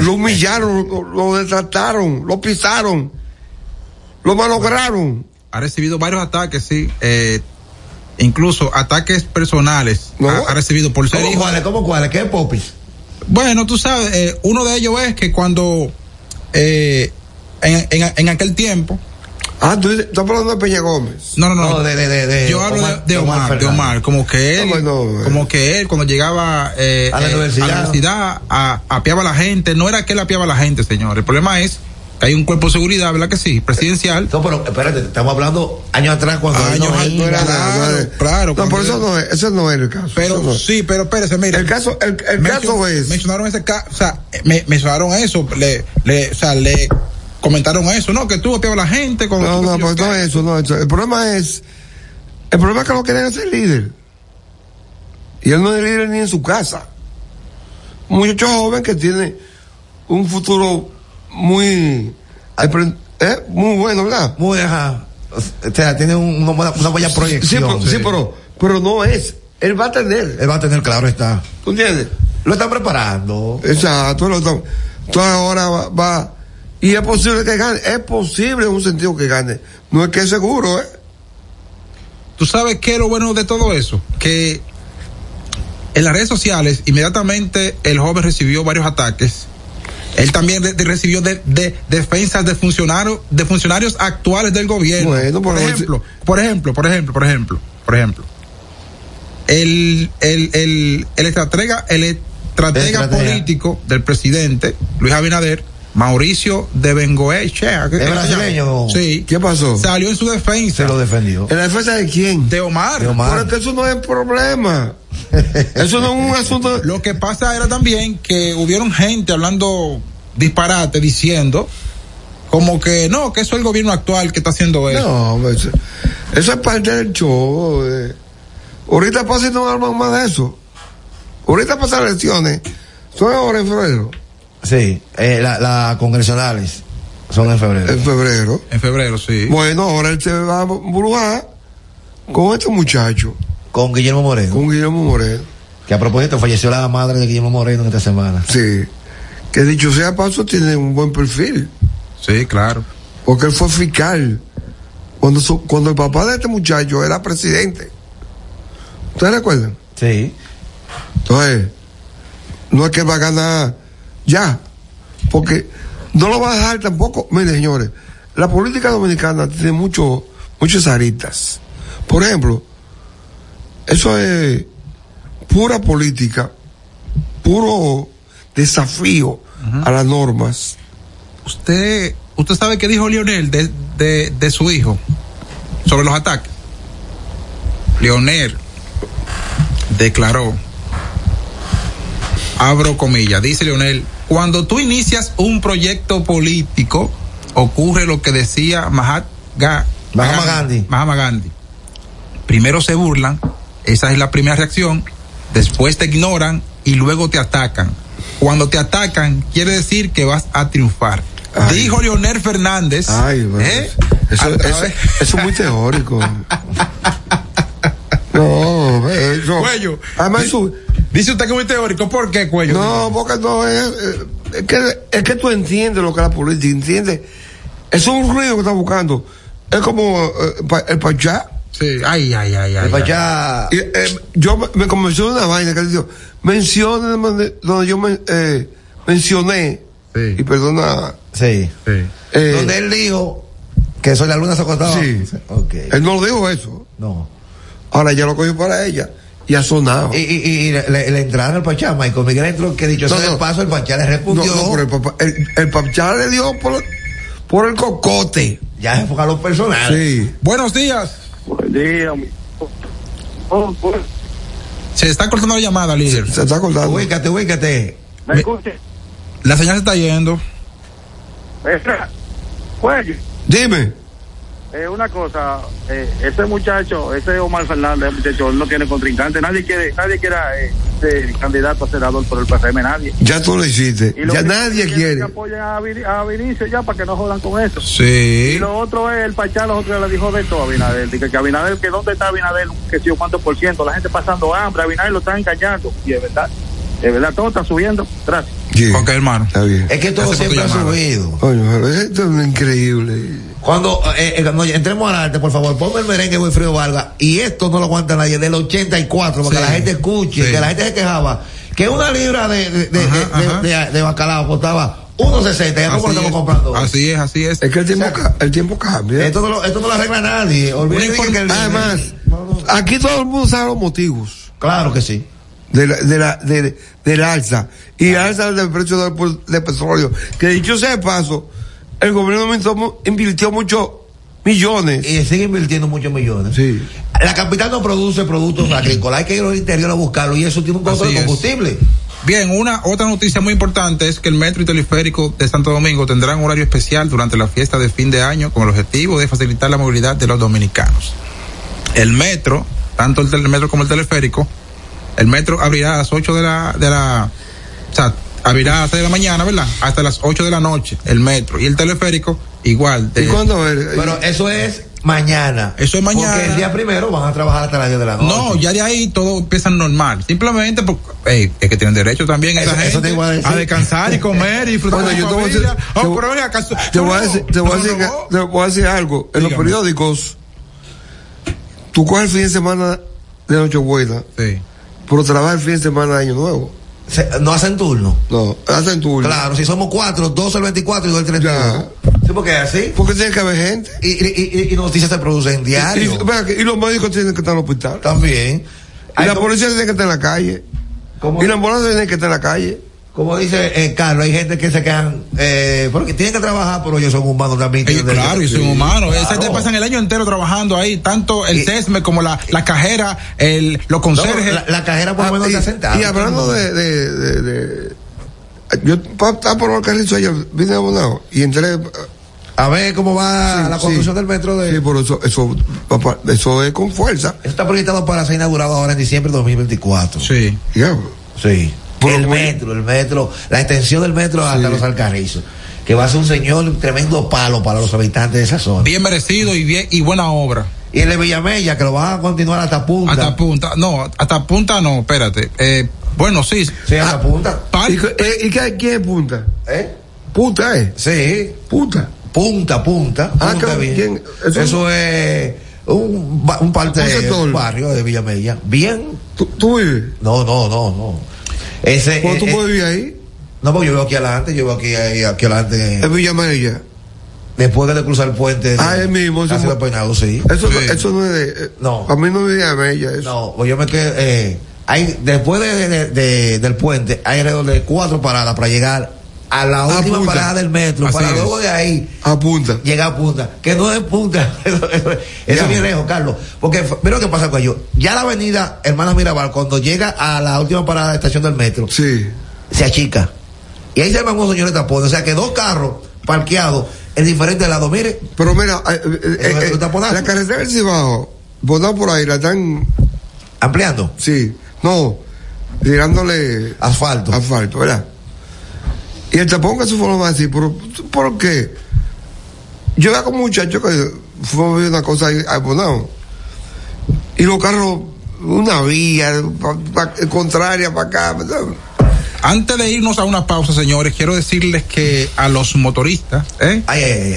Speaker 6: Lo humillaron, lo, lo detrataron, lo pisaron, lo malograron.
Speaker 7: ha recibido varios ataques, sí. eh, incluso ataques personales ha, ha recibido por ser
Speaker 13: ¿Cómo
Speaker 7: hijo.
Speaker 13: cuáles? ¿Cómo cuáles? ¿Qué popis?
Speaker 7: Bueno, tú sabes, eh, uno de ellos es que cuando eh, en, en- en aquel tiempo.
Speaker 6: Ah, tú dices- estás hablando de Peña Gómez.
Speaker 7: No, no, no.
Speaker 13: No, de- de- de- de
Speaker 7: Yo hablo de-
Speaker 13: Omar-
Speaker 7: de,
Speaker 13: de Omar
Speaker 7: Omar, de
Speaker 13: Fernández.
Speaker 7: Omar, como que él, como que él cuando llegaba eh,
Speaker 13: A la
Speaker 7: eh,
Speaker 13: universidad.
Speaker 7: a la universidad, a- apiaba a la gente. No era que él apiaba a la gente, señor. El problema es que hay un cuerpo de seguridad, ¿verdad que sí? Presidencial. Ah,
Speaker 13: No, pero espérate, estamos hablando años atrás cuando él
Speaker 7: años
Speaker 13: no
Speaker 7: al-
Speaker 13: iba.
Speaker 7: no era nada, no era- claro,
Speaker 6: No,
Speaker 7: cuando
Speaker 6: por eso
Speaker 7: era-
Speaker 6: no es, ese no es el caso.
Speaker 7: Pero
Speaker 6: Eso no es.
Speaker 7: sí, pero espérese, mire.
Speaker 6: El caso- el- el caso es-
Speaker 7: Mencionaron ese caso, o sea, me, mencionaron eso, le, le, o sea, le comentaron eso, ¿no? Que tú golpeabas a la gente con.
Speaker 6: No, no, pues no es eso, no es eso. El problema es, el problema es que lo quieren hacer líder. Y él no es líder ni en su casa. Un muchacho joven que tiene un futuro muy, eh, muy bueno, ¿verdad?
Speaker 13: Muy, ajá. O sea, tiene un- una, buena, una buena
Speaker 6: Sí,
Speaker 13: proyección.
Speaker 6: pero, sí, pero, pero no es. Él va a tener.
Speaker 13: Él va a tener claro, está.
Speaker 6: ¿Tú entiendes?
Speaker 13: Lo están preparando.
Speaker 6: Exacto, lo estamos. Entonces ahora va, va- Y es posible que gane. Es posible en un sentido que gane. No es que es seguro, ¿eh?
Speaker 7: ¿Tú sabes qué es lo bueno de todo eso? Que en las redes sociales, inmediatamente el joven recibió varios ataques. Él también de- de- recibió de- de- defensas de funcionarios, de funcionarios actuales del gobierno.
Speaker 6: Bueno,
Speaker 7: por
Speaker 6: pero-
Speaker 7: ejemplo, por ejemplo, por ejemplo, por ejemplo, por ejemplo. El, el, el, el estratega, el estratega
Speaker 13: Estratega.
Speaker 7: político del presidente, Luis Abinader, Mauricio de Bengoechea. ¿qué-
Speaker 13: Es
Speaker 7: qué se llama?
Speaker 13: brasileño.
Speaker 7: Sí.
Speaker 6: ¿Qué pasó?
Speaker 7: Salió en su defensa
Speaker 13: Se lo defendió.
Speaker 6: ¿En la defensa de quién?
Speaker 7: de Omar.
Speaker 13: De Omar.
Speaker 6: Pero es que eso no es problema. Eso no es un asunto.
Speaker 7: Lo que pasa era también que hubieron gente hablando disparate, diciendo como que no, que eso es el gobierno actual que está haciendo eso.
Speaker 6: <laughs> No, hombre, eso, eso es parte del show. eh. Ahorita pasa y no hablan más de eso. Ahorita pasan elecciones. Son ahora en febrero.
Speaker 13: Sí, eh, las la congresionales son en febrero.
Speaker 6: En febrero.
Speaker 7: En febrero, sí.
Speaker 6: Bueno, ahora él se va a brujar con este muchacho,
Speaker 13: Con Guillermo Moreno.
Speaker 6: con Guillermo Moreno.
Speaker 13: Que a propósito falleció la madre de Guillermo Moreno esta semana.
Speaker 6: Sí. Que dicho sea de paso, tiene un buen perfil.
Speaker 7: Sí, claro.
Speaker 6: Porque él fue fiscal. Cuando, su- cuando el papá de este muchacho era presidente. ¿Ustedes recuerdan?
Speaker 13: Sí.
Speaker 6: Entonces, no es que va a ganar ya, porque no lo va a dejar tampoco. Miren, señores, la política dominicana tiene mucho, muchas aristas. Por ejemplo, eso es pura política, puro desafío a las normas.
Speaker 7: Usted, usted sabe qué dijo Lionel de, de, de su hijo sobre los ataques. Lionel declaró, abro comillas, dice Lionel, cuando tú inicias un proyecto político, ocurre lo que decía Mahatma
Speaker 13: Mahatma Gandhi.
Speaker 7: Mahatma Gandhi. Primero se burlan, esa es la primera reacción, después te ignoran y luego te atacan. Cuando te atacan, quiere decir que vas a triunfar.
Speaker 9: Ay.
Speaker 7: Dijo Leonel Fernández.
Speaker 9: Ay, bueno,
Speaker 7: ¿eh?
Speaker 9: eso,
Speaker 7: A
Speaker 9: eso-
Speaker 7: través-
Speaker 9: eso es muy teórico. <laughs> no, eso.
Speaker 7: Cuello.
Speaker 9: Además,
Speaker 7: Di-
Speaker 9: su-
Speaker 7: Dice usted que es muy teórico. ¿Por qué, cuello?
Speaker 9: no, porque no es. eh, Es que, es que tú entiendes lo que es la política, entiendes. Es un ruido que estás buscando. Es como eh, pa- el pachá.
Speaker 7: Sí. Ay, ay, ay, ay.
Speaker 6: El
Speaker 7: ay.
Speaker 6: Pachá.
Speaker 9: Y, eh, yo me, me convenció de una vaina que él dijo, menciona donde, donde yo men- eh, mencioné,
Speaker 7: Sí.
Speaker 9: y perdona,
Speaker 6: Sí.
Speaker 7: Sí.
Speaker 9: eh,
Speaker 6: Donde él dijo que soy la luna se acostaba.
Speaker 9: Sí.
Speaker 6: Ok.
Speaker 9: él no dijo eso,
Speaker 6: No.
Speaker 9: ahora ya lo cogió para ella, y ha sonado.
Speaker 6: Y, y, y le, le entraron al Pachá, Michael Miguel entró, que dicho
Speaker 9: No,
Speaker 6: sea de
Speaker 9: no.
Speaker 6: paso, el Pachá le
Speaker 9: no,
Speaker 6: respondió.
Speaker 9: no, pero el, papá, el, el papá le dio por, por el cocote.
Speaker 6: Ya se enfocaron los personales.
Speaker 9: Sí.
Speaker 7: Buenos días.
Speaker 14: Buen día, mi- Oh, pues,
Speaker 7: Se está cortando la llamada, líder.
Speaker 9: Se está acordando.
Speaker 6: Ubícate, ubícate.
Speaker 14: ¿Me escucha?
Speaker 7: La señal se está yendo.
Speaker 14: Espera. Cuello,
Speaker 9: Dime.
Speaker 14: eh, una cosa, eh, ese muchacho, ese Omar Fernández, ese muchacho, él no tiene contrincante, nadie quiere, nadie quiera eh, ser candidato a senador por el PRM, nadie.
Speaker 9: Ya tú lo hiciste.
Speaker 14: Y lo
Speaker 9: Ya
Speaker 14: único
Speaker 9: nadie
Speaker 14: que
Speaker 9: quiere.
Speaker 14: Que apoyen a, Vin- a Vinicio ya para que no jodan con eso. Y
Speaker 7: Sí.
Speaker 14: lo otro es el Pachá, los otros le dijo de todo a Abinader. Dice que Abinader, que dónde está Abinader, que si yo cuánto por ciento, la gente pasando hambre, Abinader lo está engañando. Y es verdad, es verdad, todo está subiendo. Gracias.
Speaker 9: Sí,
Speaker 7: Ok, hermano.
Speaker 9: Está bien.
Speaker 6: Es que todo
Speaker 7: Gracias por tu
Speaker 6: siempre ha
Speaker 7: llamada.
Speaker 6: subido.
Speaker 9: Coño, pero esto es increíble.
Speaker 6: Cuando, eh, eh, cuando entremos al arte, por favor, ponme el merengue Wilfrido Vargas. Y esto no lo aguanta nadie, del 84, para
Speaker 7: Sí.
Speaker 6: que la gente escuche,
Speaker 7: Sí.
Speaker 6: que la gente se quejaba. Que una libra de, de, de,
Speaker 7: Ajá,
Speaker 6: de-
Speaker 7: ajá.
Speaker 6: de- de bacalao costaba 1.60. Ya cómo lo estamos
Speaker 7: es.
Speaker 6: comprando.
Speaker 7: así es, así es.
Speaker 9: Es que el tiempo, ca- el tiempo cambia.
Speaker 6: Esto no, lo, esto no lo arregla nadie. Olvídense que el-
Speaker 9: Además,
Speaker 6: No, no.
Speaker 9: aquí todo el mundo sabe los motivos
Speaker 6: Claro que sí.
Speaker 9: de la, de la, de- del alza y el alza del precio del, pu- de petróleo. Que dicho sea de paso, el gobierno dominicano invirtió muchos millones.
Speaker 6: Y sigue invirtiendo muchos millones.
Speaker 9: Sí.
Speaker 6: La capital no produce productos agrícolas. Hay que ir al interior a buscarlo y eso tiene un costo
Speaker 7: Así
Speaker 6: de
Speaker 7: es.
Speaker 6: combustible.
Speaker 7: Bien, una otra noticia muy importante es que el metro y teleférico de Santo Domingo tendrán horario especial durante la fiesta de fin de año con el objetivo de facilitar la movilidad de los dominicanos. El metro, tanto el tele- metro como el teleférico, el metro abrirá a las 8 de la, de la, o sea, abrirá hasta de la mañana, ¿verdad? Hasta las 8 de la noche, el metro. Y el teleférico, igual. de-
Speaker 9: ¿Y cuándo es?
Speaker 6: Pero eso es mañana.
Speaker 7: Eso es mañana.
Speaker 6: Porque el día primero van a trabajar hasta las 10 de la noche.
Speaker 7: No, ya de ahí todo empieza normal. Simplemente porque ey, es que tienen derecho también
Speaker 6: Eso-
Speaker 7: esa
Speaker 6: eso
Speaker 7: gente
Speaker 6: te iba a decir.
Speaker 7: descansar y comer
Speaker 6: <laughs>
Speaker 7: y disfrutar
Speaker 9: Bueno,
Speaker 7: de
Speaker 9: yo
Speaker 7: su
Speaker 9: te voy a decir-
Speaker 7: familia.
Speaker 9: te
Speaker 7: Oh,
Speaker 9: voy-
Speaker 7: pero ¿acaso-
Speaker 9: Te voy a
Speaker 7: no,
Speaker 9: decir, te voy a
Speaker 7: no,
Speaker 9: decir,
Speaker 7: no,
Speaker 9: que- te voy a decir algo. En los
Speaker 7: Dígame.
Speaker 9: periódicos, tú coges el fin de semana de Nochebuena,
Speaker 7: Sí.
Speaker 9: pero trabajas el fin de semana de Año Nuevo.
Speaker 6: Se- no hacen turno.
Speaker 9: No, hacen turno.
Speaker 6: Claro, si somos cuatro, dos el 24 y dos el 31. Sí, porque es así.
Speaker 9: Porque tiene que haber gente.
Speaker 6: Y, y, y- y noticias se producen
Speaker 9: Y,
Speaker 6: diario.
Speaker 9: ven aquí, y los médicos tienen que estar en el hospital.
Speaker 6: También.
Speaker 9: Y
Speaker 6: Hay
Speaker 9: la
Speaker 6: to-
Speaker 9: policía tiene que estar en la calle.
Speaker 6: como,
Speaker 9: Y la ambulancia tiene que estar en la calle.
Speaker 6: como dice eh, Carlos, hay gente que se quedan. Eh, porque tienen que trabajar, pero ellos son humanos también.
Speaker 7: Ey,
Speaker 6: tienen
Speaker 7: claro, y
Speaker 6: derecho.
Speaker 7: son humanos.
Speaker 6: Claro.
Speaker 7: Esas te pasan el año entero trabajando ahí, tanto el
Speaker 6: Y-
Speaker 7: CESME como la, la cajera, el, los
Speaker 6: No,
Speaker 7: conserjes.
Speaker 6: la, la cajera por lo
Speaker 9: Ah,
Speaker 6: menos
Speaker 9: y,
Speaker 6: está sentada.
Speaker 9: y hablando de, de, de, de- yo estaba por el carrizo ayer, vine abonado y entré
Speaker 6: A ver cómo va
Speaker 9: Sí,
Speaker 6: la
Speaker 9: sí.
Speaker 6: construcción del metro de.
Speaker 9: sí, por eso, eso, papá, eso es con fuerza.
Speaker 6: Eso está proyectado para ser inaugurado ahora en diciembre de 2024.
Speaker 7: Sí.
Speaker 9: Ya.
Speaker 6: Sí.
Speaker 9: Pero
Speaker 6: el
Speaker 9: bueno.
Speaker 6: metro, el metro, la extensión del metro hasta los Alcarrizos. Que va a ser un señor un tremendo palo para los habitantes de esa zona.
Speaker 7: Bien merecido y bien y buena obra.
Speaker 6: Y el de Villamella, que lo van a continuar hasta punta.
Speaker 7: Hasta punta. No, hasta punta no, espérate. Eh, bueno, sí.
Speaker 6: Sí, hasta punta.
Speaker 7: par-
Speaker 9: ¿Y, qué- eh, y qué- quién es punta?
Speaker 6: ¿Eh?
Speaker 9: Punta es.
Speaker 6: Sí.
Speaker 9: Punta.
Speaker 6: Punta, punta.
Speaker 9: Ah,
Speaker 6: punta
Speaker 9: claro,
Speaker 6: bien.
Speaker 9: ¿quién?
Speaker 6: Eso,
Speaker 9: Eso-
Speaker 6: es un, ba- un parte
Speaker 9: Un
Speaker 6: de
Speaker 9: sector.
Speaker 6: un barrio de Villamella. Bien.
Speaker 9: ¿Tú, tú vives?
Speaker 6: No, no, no, no. Ese.
Speaker 9: ¿Cómo tú
Speaker 6: eh,
Speaker 9: puedes
Speaker 6: eh,
Speaker 9: vivir ahí?
Speaker 6: no, porque yo veo aquí adelante, yo veo aquí, ahí, aquí adelante.
Speaker 9: En Villa María.
Speaker 6: Después que le cruza el puente.
Speaker 9: Ah, es mismo, sí.
Speaker 6: Hacia el peinado, sí.
Speaker 9: Eso, no-
Speaker 7: Sí.
Speaker 9: eso no es de. eh,
Speaker 6: No.
Speaker 9: A mí no es Villa María. Eso.
Speaker 6: No, pues yo me quedé. Eh, hay, después de, de- de- del puente, hay alrededor de cuatro paradas para llegar a la
Speaker 9: A
Speaker 6: última
Speaker 9: Punta.
Speaker 6: parada del metro.
Speaker 7: Así
Speaker 6: para
Speaker 7: es.
Speaker 6: luego de ahí
Speaker 9: A punta.
Speaker 6: llegar a punta. Que no es punta. <laughs> eso eso- eso
Speaker 9: Ya.
Speaker 6: es bien lejos, Carlos. Porque f- mira lo que pasa con ellos. Ya la avenida Hermana Mirabal, cuando llega a la última parada de estación del metro,
Speaker 9: Sí.
Speaker 6: se achica. Y ahí se arman unos señores tapones. O sea que dos carros parqueados en diferentes lados. Mire,
Speaker 9: Pero mira, eh, eh, eh,
Speaker 6: es
Speaker 9: eh,
Speaker 6: un taponazo.
Speaker 9: la carretera del Cibao, botada por ahí, la están
Speaker 6: ampliando.
Speaker 9: Sí, no, tirándole
Speaker 6: asfalto.
Speaker 9: Asfalto, ¿verdad? Y el tapón que se formó así, ¿por, ¿por qué? Yo era como un muchacho que fue a ver una cosa ahí a Bonao. Y los carros, una vía, pa- pa- contraria para acá. ¿verdad?
Speaker 7: Antes de irnos a una pausa, señores, quiero decirles que a los motoristas, ¿eh?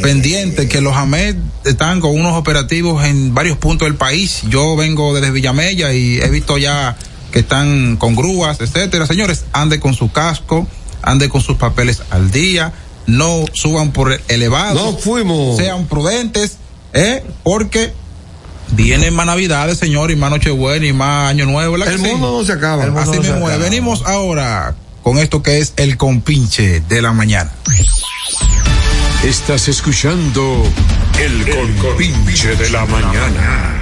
Speaker 7: pendientes, que los AMED están con unos operativos en varios puntos del país. Yo vengo desde Villamella y he visto ya que están con grúas, etcétera. Señores, ande con su casco, ande con sus papeles al día, no suban por elevados.
Speaker 9: No fuimos.
Speaker 7: Sean prudentes, ¿eh? Porque vienen más Navidades, señor, y más Nochebuena y más Año Nuevo. ¿verdad
Speaker 9: El
Speaker 7: que sí?
Speaker 9: mundo no se acaba. El mundo
Speaker 7: Así
Speaker 9: no se
Speaker 7: mismo es.
Speaker 9: acaba.
Speaker 7: Venimos ahora con esto que es el compinche de la mañana.
Speaker 2: Estás escuchando el compinche de la mañana.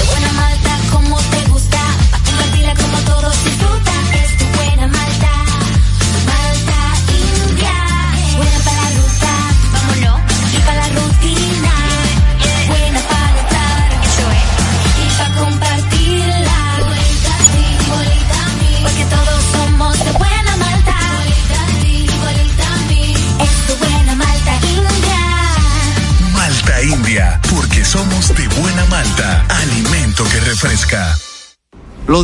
Speaker 1: buena malta como te gusta, pa' compartirla como todos disfrutan. Es tu buena malta, malta india. Buena para la ruta, vámonos, y para la rutina. eh. Buena para notar, eso es, y para compartirla. Igualita a ti, igualita a mí, porque todos somos de buena malta. Igualita a ti, igualita a mí, es tu buena malta india.
Speaker 15: Malta India, porque somos de buena malta, alimento que refresca.
Speaker 8: Lo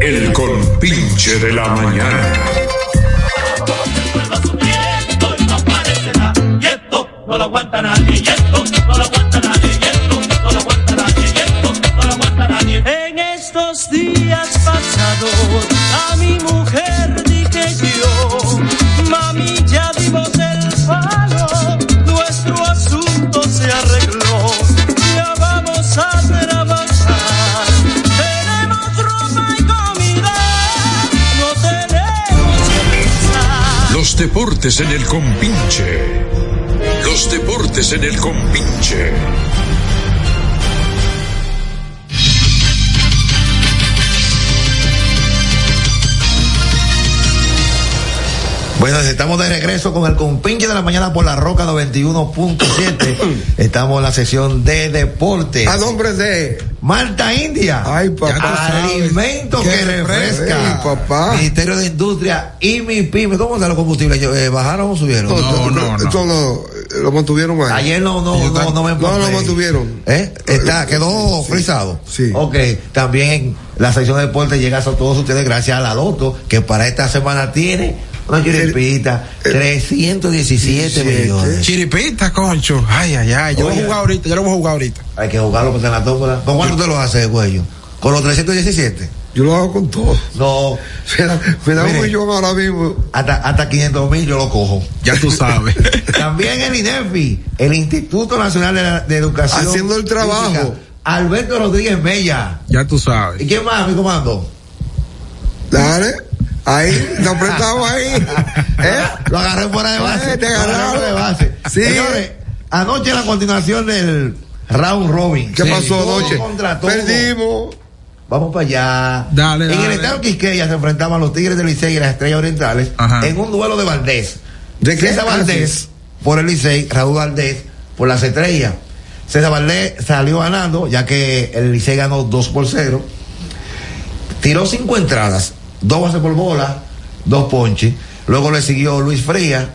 Speaker 2: El compinche de la mañana.
Speaker 16: No lo aguanta nadie, y esto no lo aguanta nadie, y esto no lo aguanta nadie, y esto no lo aguanta nadie. En estos días pasados, a mi mujer dije yo, mami, ya dimos el palo, nuestro asunto se arregló, ya vamos a trabajar. Tenemos ropa y comida, no tenemos prisa.
Speaker 2: Los deportes en el compinche. Los deportes en el compinche.
Speaker 6: Bueno, estamos de regreso con el compinche de la mañana por la Roca
Speaker 7: <laughs>
Speaker 6: 91.7. estamos en la sesión de deportes.
Speaker 7: Ah,
Speaker 9: A nombre de
Speaker 6: Malta India.
Speaker 9: Ay, papá.
Speaker 6: Alimento que refresca.
Speaker 9: Ay, papá.
Speaker 6: Ministerio de Industria y mi pyme. ¿Cómo están los combustibles? Yo, eh, ¿Bajaron o subieron?
Speaker 9: No, no, no. lo mantuvieron ahí.
Speaker 6: Ayer no, no, no, no me
Speaker 9: No, lo
Speaker 6: importé.
Speaker 9: mantuvieron.
Speaker 6: ¿Eh? Está, quedó frisado. Sí. Ok, también la sección de deporte llega a todos ustedes gracias a la Loto, que para esta semana tiene una chiripita, 317 millones.
Speaker 7: Chiripita, concho. Ay, ay, ay. Yo voy a
Speaker 6: Oye.
Speaker 7: jugar ahorita, yo lo voy a jugar ahorita.
Speaker 6: Hay que jugarlo porque en la tómbola. ¿Con cuánto te lo hace, cuello? ¿Con los 317?
Speaker 9: Yo lo hago con todo.
Speaker 6: No.
Speaker 9: Me da, me da un
Speaker 6: Mire,
Speaker 9: millón ahora mismo.
Speaker 6: Hasta, hasta 500 mil yo
Speaker 9: <laughs>
Speaker 6: lo cojo.
Speaker 7: Ya tú
Speaker 6: <laughs>
Speaker 7: sabes.
Speaker 6: También el INEFI, el Instituto Nacional de, la- de Educación.
Speaker 9: Haciendo el trabajo.
Speaker 6: Física, Alberto Rodríguez Mella.
Speaker 7: Ya tú sabes.
Speaker 6: ¿Y quién más, mi comando?
Speaker 9: Dale. Ahí, lo apretamos ahí.
Speaker 6: <laughs>
Speaker 9: ¿Eh?
Speaker 6: Lo agarré fuera de base.
Speaker 9: Eh, te
Speaker 6: Lo agarré fuera de base.
Speaker 9: Sí.
Speaker 6: Señores, anoche la continuación del round robin.
Speaker 9: ¿Qué pasó
Speaker 6: Todo
Speaker 9: anoche?
Speaker 6: contra todo.
Speaker 9: Perdimos.
Speaker 6: Vamos para allá.
Speaker 7: Dale,
Speaker 6: en el
Speaker 7: dale.
Speaker 6: estado Quisqueya se enfrentaban los Tigres del Licey y las Estrellas Orientales
Speaker 7: Ajá.
Speaker 6: en un duelo de Valdés.
Speaker 9: ¿De qué?
Speaker 6: César Valdés Ah, por el Licey, Raúl Valdés por las Estrellas. César Valdés salió ganando, ya que el Licey ganó 2 por 0. Tiró cinco entradas, dos bases por bola, dos ponches. Luego le siguió Luis Frías.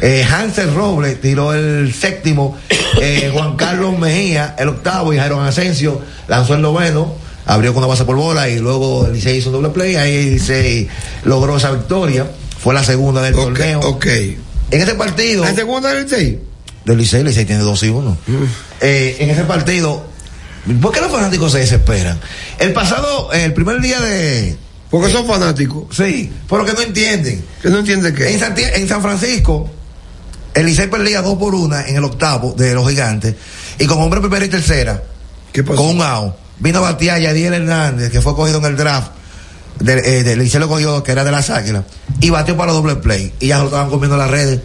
Speaker 6: Eh, Hansel Robles tiró el séptimo,
Speaker 9: <coughs>
Speaker 6: eh, Juan Carlos Mejía el octavo y Jaron Asensio lanzó el noveno, abrió con una base por bola y luego el Licey hizo un doble play, ahí se logró esa victoria, fue la segunda del torneo.
Speaker 9: Ok.
Speaker 6: En ese partido,
Speaker 9: ¿La segunda del Mm. 6?
Speaker 6: del Licey, el Licey tiene 2 y 1. Eh, en ese partido, ¿por qué los fanáticos se desesperan? El pasado, eh, el primer día de...
Speaker 9: Porque son fanáticos.
Speaker 6: Sí, pero que no entienden.
Speaker 9: Que no entiende qué.
Speaker 6: En, Santi- en San Francisco, el Licey perdía dos por una en el octavo de los gigantes. Y con hombre primera y tercera,
Speaker 9: ¿Qué pasó?
Speaker 6: con un out, vino a batear Yadiel Hernández, que fue cogido en el draft. Del, eh, del Licey lo cogió, que era de las águilas. Y batió para doble play. Y ya se lo estaban comiendo las redes.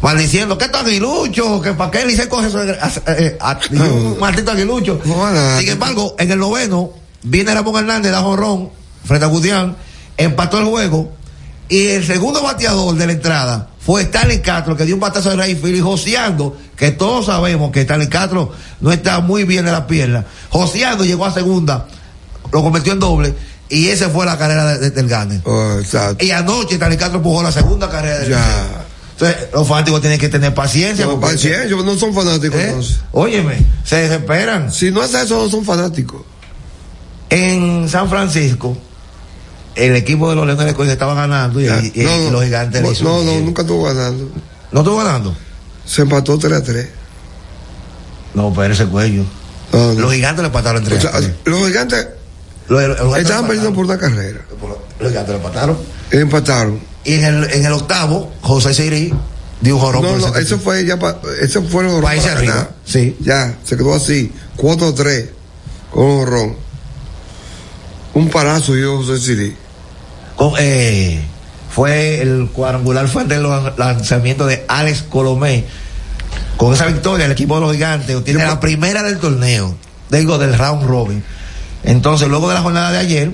Speaker 6: Maldiciendo, ¿qué tan aguilucho? ¿Que ¿Para qué el Licey coge eso? de- a- eh,
Speaker 9: <laughs>
Speaker 6: a- y un maldito aguilucho.
Speaker 9: Hola.
Speaker 6: Sin embargo, en el noveno, viene Ramón Hernández, da jorrón frente a Gudián, empató el juego. Y el segundo bateador de la entrada fue Stanley Castro, que dio un batazo de Rayfield y joseando, que todos sabemos que Stanley Castro no está muy bien de la pierna. Joseando llegó a segunda, lo convirtió en doble, y esa fue la carrera de- de- del Gane.
Speaker 9: Oh, exacto.
Speaker 6: Y anoche Stanley Castro empujó la segunda carrera del Licey.
Speaker 9: Ya.
Speaker 6: Entonces, los fanáticos tienen que tener paciencia.
Speaker 9: No,
Speaker 6: porque-
Speaker 9: paciencia, no son fanáticos
Speaker 6: ¿Eh?
Speaker 9: entonces.
Speaker 6: Óyeme, se desesperan.
Speaker 9: Si no hace eso, no son fanáticos.
Speaker 6: En San Francisco, el equipo de los Leones de Escocia estaba ganando y,
Speaker 9: Ya.
Speaker 6: y- y los gigantes le
Speaker 9: no,
Speaker 6: hizo
Speaker 9: no,
Speaker 6: un-
Speaker 9: no, nunca estuvo ganando.
Speaker 6: ¿No estuvo ganando?
Speaker 9: Se empató 3 a 3.
Speaker 6: No, pero ese cuello.
Speaker 9: No, no.
Speaker 6: Los gigantes le pataron
Speaker 9: O
Speaker 6: tres.
Speaker 9: sea, los gigantes estaban perdiendo por una carrera.
Speaker 6: Los gigantes le pataron.
Speaker 9: Empataron.
Speaker 6: Y en el, en el octavo, José Siri dio un jorrón
Speaker 9: No,
Speaker 6: por
Speaker 9: no,
Speaker 6: ese-
Speaker 9: eso fue ya pa- eso fue el
Speaker 6: País
Speaker 9: para
Speaker 6: arriba,
Speaker 9: ganar.
Speaker 6: sí.
Speaker 9: Ya, se quedó así, 4-3 con un horrón. Un parazo yo José Siri.
Speaker 6: Con, eh, fue el cuadrangular fue el lanzamiento de Alex Colomé. Con esa victoria, el equipo de los gigantes obtiene
Speaker 9: Yo-
Speaker 6: la primera del torneo, digo, del round robin. Entonces, luego de la jornada de ayer,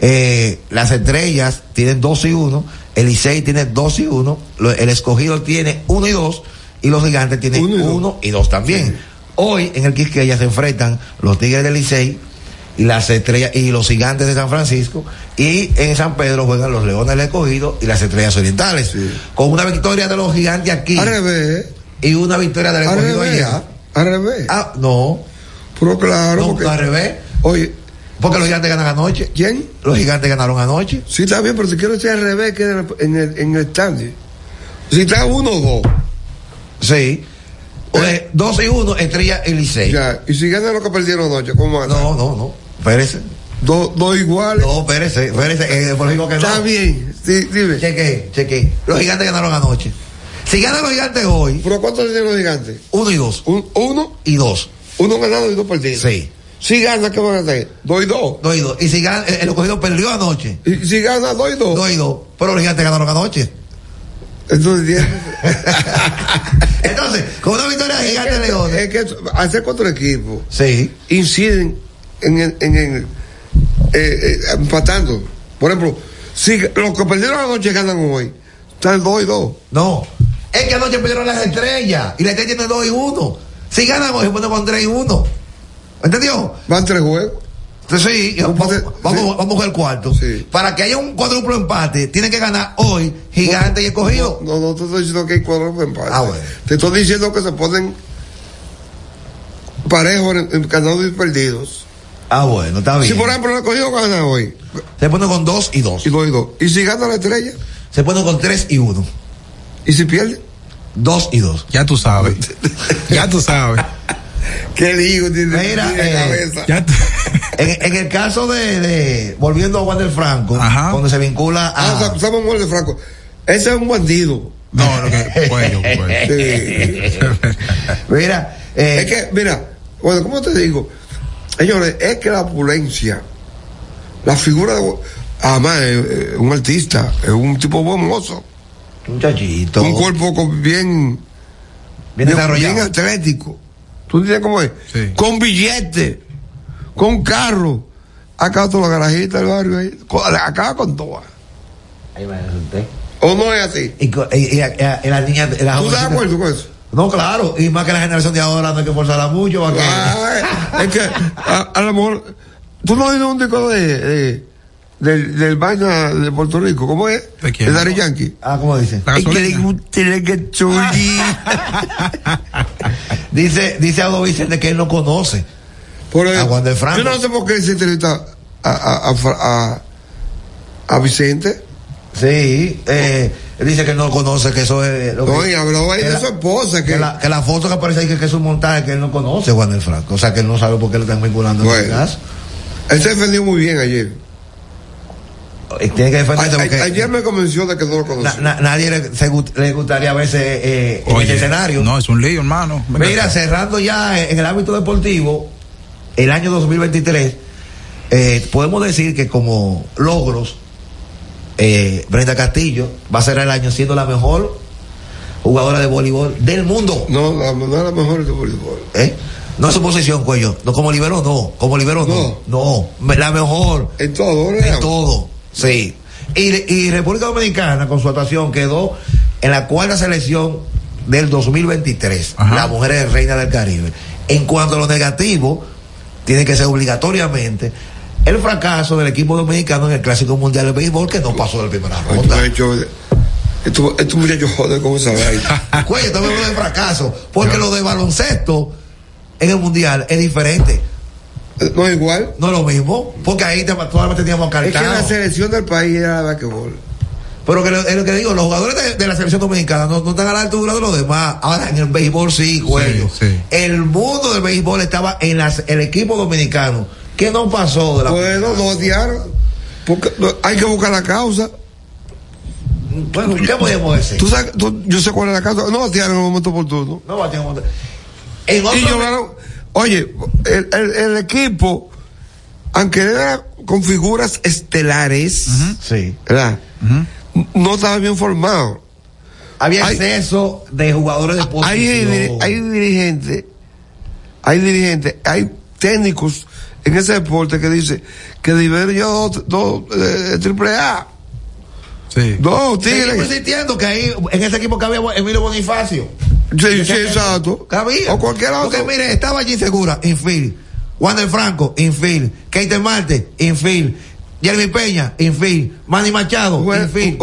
Speaker 6: eh, las estrellas tienen 2 y 1, el Licey tiene 2 y 1, lo- el escogido tiene 1 y 2, y los gigantes tienen
Speaker 9: Uno y dos.
Speaker 6: 1 y 2 también. Hoy, en el Quisqueya, se enfrentan los Tigres del Licey y las estrellas y los gigantes de San Francisco y en San Pedro juegan los Leones del Escogido y las estrellas orientales
Speaker 9: Sí.
Speaker 6: con una victoria de los gigantes aquí
Speaker 9: Al revés,
Speaker 6: y una victoria del
Speaker 9: al
Speaker 6: escogido
Speaker 9: revés,
Speaker 6: allá.
Speaker 9: al revés.
Speaker 6: Ah, no,
Speaker 9: Pero claro,
Speaker 6: no,
Speaker 9: porque-
Speaker 6: al revés,
Speaker 9: oye,
Speaker 6: porque los gigantes ganan anoche.
Speaker 9: ¿quién?
Speaker 6: Los gigantes ganaron anoche.
Speaker 9: Sí, está bien, pero si quiero decir al revés que en el, en el stand. Si está 1 o 2,
Speaker 6: Sí. Eh, 12 y 1, estrella y Licey.
Speaker 9: ya. Y si ganan los que perdieron anoche, ¿cómo van?
Speaker 6: No, no, no. Espérese.
Speaker 9: Dos dos iguales.
Speaker 6: No, espérese, espérese. Eh, por eso digo que no.
Speaker 9: está bien, sí, dime.
Speaker 6: Cheque, cheque. Los gigantes ganaron anoche. Si ganan los gigantes hoy,
Speaker 9: ¿Pero cuántos tienen los gigantes?
Speaker 6: 1 y 2.
Speaker 9: Un, uno,
Speaker 6: Y 2.
Speaker 9: uno ganado y dos perdidos.
Speaker 6: Sí.
Speaker 9: Si gana, ¿qué van a hacer? Dos y dos.
Speaker 6: 2 y 2. Y si eh, ganan, el, el escogido perdió anoche.
Speaker 9: Y si gana, dos y dos.
Speaker 6: 2 y 2. Pero los gigantes ganaron anoche.
Speaker 9: Entonces, tiene-
Speaker 6: <laughs> Entonces, con una victoria de gigantes leones.
Speaker 9: es que hacer cuatro equipos
Speaker 6: Sí.
Speaker 9: inciden en, el- en, el- eh, eh, empatando. Por ejemplo, si los que perdieron anoche ganan hoy, están dos y dos.
Speaker 6: No. Es que anoche perdieron las estrellas. Y la estrella tiene 2 y 1. Si ganan hoy, se pone con 3 y 1. ¿Entendió?
Speaker 9: Van tres juegos.
Speaker 6: Entonces, sí,
Speaker 9: No
Speaker 6: vamos,
Speaker 9: puede-
Speaker 6: vamos,
Speaker 9: sí.
Speaker 6: vamos con el cuarto.
Speaker 9: Sí.
Speaker 6: Para que haya un cuádruplo empate, tienen que ganar hoy gigante y escogido.
Speaker 9: No, no te estoy diciendo que hay cuatro de empate.
Speaker 6: Ah, bueno.
Speaker 9: Te estoy diciendo que se ponen parejos en, en ganados y perdidos.
Speaker 6: Ah, bueno, está bien.
Speaker 9: Si por ejemplo el escogido gana hoy,
Speaker 6: Se pone con 2 y 2.
Speaker 9: y dos y dos. Y si gana la estrella,
Speaker 6: Se pone con 3 y 1.
Speaker 9: y si pierde,
Speaker 6: 2 y 2.
Speaker 7: Ya tú sabes. Ya tú sabes.
Speaker 9: ¿Qué digo?
Speaker 6: Mira, eh,
Speaker 7: ya
Speaker 6: t- en, en el caso de, de- volviendo a Juan del Franco, cuando se vincula a.
Speaker 9: Ah, sa- sabemos Juan del Franco. Ese es un bandido.
Speaker 7: No, no, que cuello,
Speaker 9: <laughs>
Speaker 6: <laughs> Mira, eh,
Speaker 9: es que, mira, bueno, ¿cómo te digo? Señores, es que la opulencia, la figura de. Además, es, es un artista, es un tipo buen mozo.
Speaker 6: Muchachito.
Speaker 9: Un cuerpo con- bien.
Speaker 6: Bien desarrollado.
Speaker 9: bien atlético. ¿Tú entiendes cómo es? Con billete, con carro. Acá toda la garajita del barrio ahí. con- Acá con todas.
Speaker 6: Ahí va, eso usted.
Speaker 9: ¿O no es así?
Speaker 6: Y, co- y- y- y- y la niña. y la
Speaker 9: ¿Tú estás de
Speaker 6: jovencita-
Speaker 9: acuerdo con eso?
Speaker 6: No, claro. Y más que la generación de ahora no hay que forzarla mucho. va que-
Speaker 9: Es que a, a lo mejor. ¿Tú no oíste un disco de, de- del, del vaina de Puerto Rico? ¿Cómo es? ¿De
Speaker 6: quién?
Speaker 9: Dari Yankee.
Speaker 6: Ah, ¿cómo dice?
Speaker 9: La
Speaker 6: Y que le
Speaker 9: gasolina.
Speaker 6: guste la
Speaker 7: <laughs>
Speaker 6: gasolina. dice, dice Aldo Vicente que él no conoce.
Speaker 9: Ah,
Speaker 6: a Juan del Franco.
Speaker 9: Yo no sé por qué se entrevista a, a, a, Fra- a- a Vicente.
Speaker 6: Sí, eh, él dice que él no conoce, que eso es. Lo que,
Speaker 9: No, y habló ahí
Speaker 6: que
Speaker 9: de
Speaker 6: la-
Speaker 9: su esposa.
Speaker 6: que
Speaker 9: Que,
Speaker 6: la, que la foto que aparece ahí que, que es un montaje que él no conoce, Juan del Franco. O sea, que él no sabe por qué lo están vinculando.
Speaker 9: Bueno.
Speaker 6: en ese caso.
Speaker 9: él se defendió muy bien ayer.
Speaker 6: Tiene que defenderse
Speaker 9: A- a-
Speaker 6: porque
Speaker 9: ayer me convenció de que no lo
Speaker 6: na-
Speaker 9: conocía.
Speaker 6: na- nadie le, se gust- le gustaría a veces eh, en
Speaker 7: Oye,
Speaker 6: este escenario.
Speaker 7: No, es un lío, hermano. Venga
Speaker 6: Mira,
Speaker 7: acá.
Speaker 6: cerrando ya en el ámbito deportivo, el año 2023, eh, podemos decir que como logros, eh, Brenda Castillo va a cerrar el año siendo la mejor jugadora de voleibol del mundo.
Speaker 9: No, la, no es la mejor de voleibol.
Speaker 6: ¿Eh? No es su posición, cuello. No, como libero, no. Como libero, no. No, me- la mejor.
Speaker 9: En todo,
Speaker 6: En todo, sí. Y, y República Dominicana, con su actuación, quedó en la cuarta selección del 2023. Las mujeres reina del Caribe. En cuanto a lo negativo, tiene que ser obligatoriamente el fracaso del equipo dominicano en el Clásico Mundial de Béisbol, que no pasó del primer round.
Speaker 9: Tú has hecho- Estos estos muchachos joden con esa vaina.
Speaker 6: <laughs> Cuello, estamos hablando de fracaso. Porque lo de baloncesto en el mundial es diferente.
Speaker 9: Eh, No es igual.
Speaker 6: No es lo mismo. Porque ahí te, actualmente teníamos a
Speaker 9: Es que
Speaker 6: Caetano.
Speaker 9: la selección del país era la que bola.
Speaker 6: Pero que lo- es lo que digo, los jugadores de, de la selección dominicana no, no están a la altura de los demás. Ahora en el béisbol sí, cuello. El mundo del béisbol estaba en las, el equipo dominicano. ¿Qué no pasó de la
Speaker 9: Bueno, Pues, lo odiaron. Porque no, hay que buscar la causa.
Speaker 6: Bueno, ¿qué podemos decir?
Speaker 9: ¿Tú sabes- tú- yo sé cuál es la causa. No batearon en el momento oportuno.
Speaker 6: No batearon en el momento
Speaker 9: Y lloraron. Oye, el, el- el equipo, aunque era con figuras estelares,
Speaker 6: sí.
Speaker 9: ¿verdad? no estaba bien formado.
Speaker 6: Había
Speaker 9: Hay-
Speaker 6: exceso de jugadores de posición.
Speaker 9: hay, dir- hay dirigentes, hay dirigentes, hay técnicos en ese deporte que dice que debería yo dos, dos, eh, triple A.
Speaker 7: Sí.
Speaker 9: Dos
Speaker 6: Seguimos
Speaker 9: tigres.
Speaker 6: insistiendo que ahí, en ese equipo que había Emilio Bonifacio.
Speaker 9: Sí, sí, exacto.
Speaker 6: Cabía.
Speaker 9: O cualquier otro.
Speaker 6: Porque mire, estaba allí segura, infield. Juan del Franco, infield. Keiter Marte, infield. Jeremy Peña, infield. Manny Machado, infield.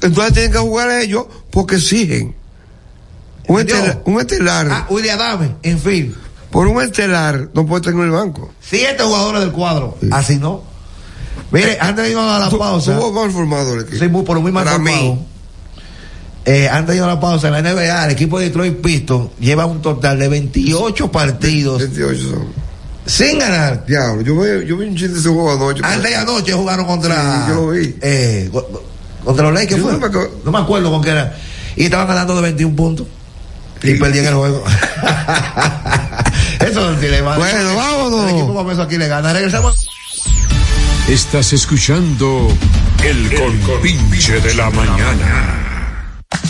Speaker 9: Entonces tienen que jugar ellos porque exigen. Un, estela- un estelar.
Speaker 6: Ah, William Adame, infield.
Speaker 9: Por un estelar no puede estar en el banco.
Speaker 6: Siete jugadores del cuadro. Así no. Mire, antes de irnos a la
Speaker 9: Tu-
Speaker 6: pausa.
Speaker 9: Tuvo mal formado el equipo.
Speaker 6: Sí, muy, pero muy mal
Speaker 9: Para
Speaker 6: formado.
Speaker 9: mí.
Speaker 6: Eh, antes de ir a la pausa, en la NBA, el equipo de Detroit Pistons lleva un total de 28 partidos.
Speaker 9: 28
Speaker 6: Sin ganar.
Speaker 9: Diablo, yo vi, yo vi un chiste de ese juego anoche. pues.
Speaker 6: Antes de anoche jugaron contra.
Speaker 9: Sí, yo lo vi.
Speaker 6: eh, go- go- contra los Lakers.
Speaker 9: Yo
Speaker 6: fue.
Speaker 9: no me acuerdo.
Speaker 6: No me acuerdo con qué era. Y estaban ganando de 21 puntos. Y perdían
Speaker 9: <laughs>
Speaker 6: el juego. Eso es dilema.
Speaker 2: Bueno,
Speaker 6: vámonos. El equipo comenzó aquí le gana. Regresamos.
Speaker 2: Estás escuchando el compinche de la mañana.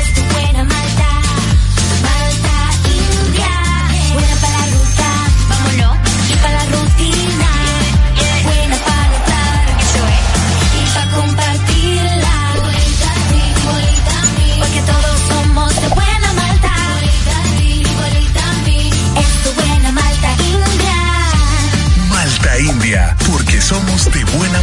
Speaker 1: Es tu buena malta, malta india. Buena para la ruta, vámonos, y para la rutina. Buena para notar, eso es. Y para compartirla, bolita a ti, bolita a mí. Porque todos somos de buena malta, bolita a ti, bolita a mí. Es tu buena malta india.
Speaker 15: Malta India, porque somos de buena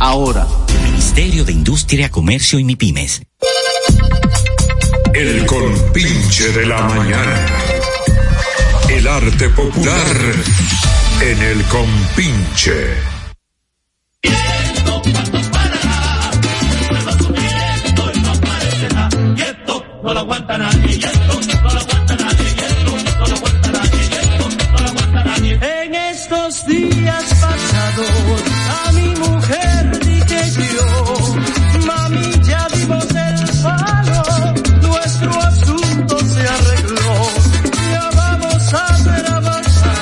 Speaker 8: ahora.
Speaker 17: Ministerio de Industria, Comercio y MIPIMES.
Speaker 2: El compinche de la mañana. El arte popular en el compinche.
Speaker 16: Y esto no lo aguanta nadie, y esto no lo aguanta nadie, y esto no lo aguanta nadie, y esto no lo aguanta nadie.
Speaker 12: En estos días pasados, a mi mujer dije yo, mami, ya dimos el palo, nuestro asunto se arregló, ya vamos a ver avanzar.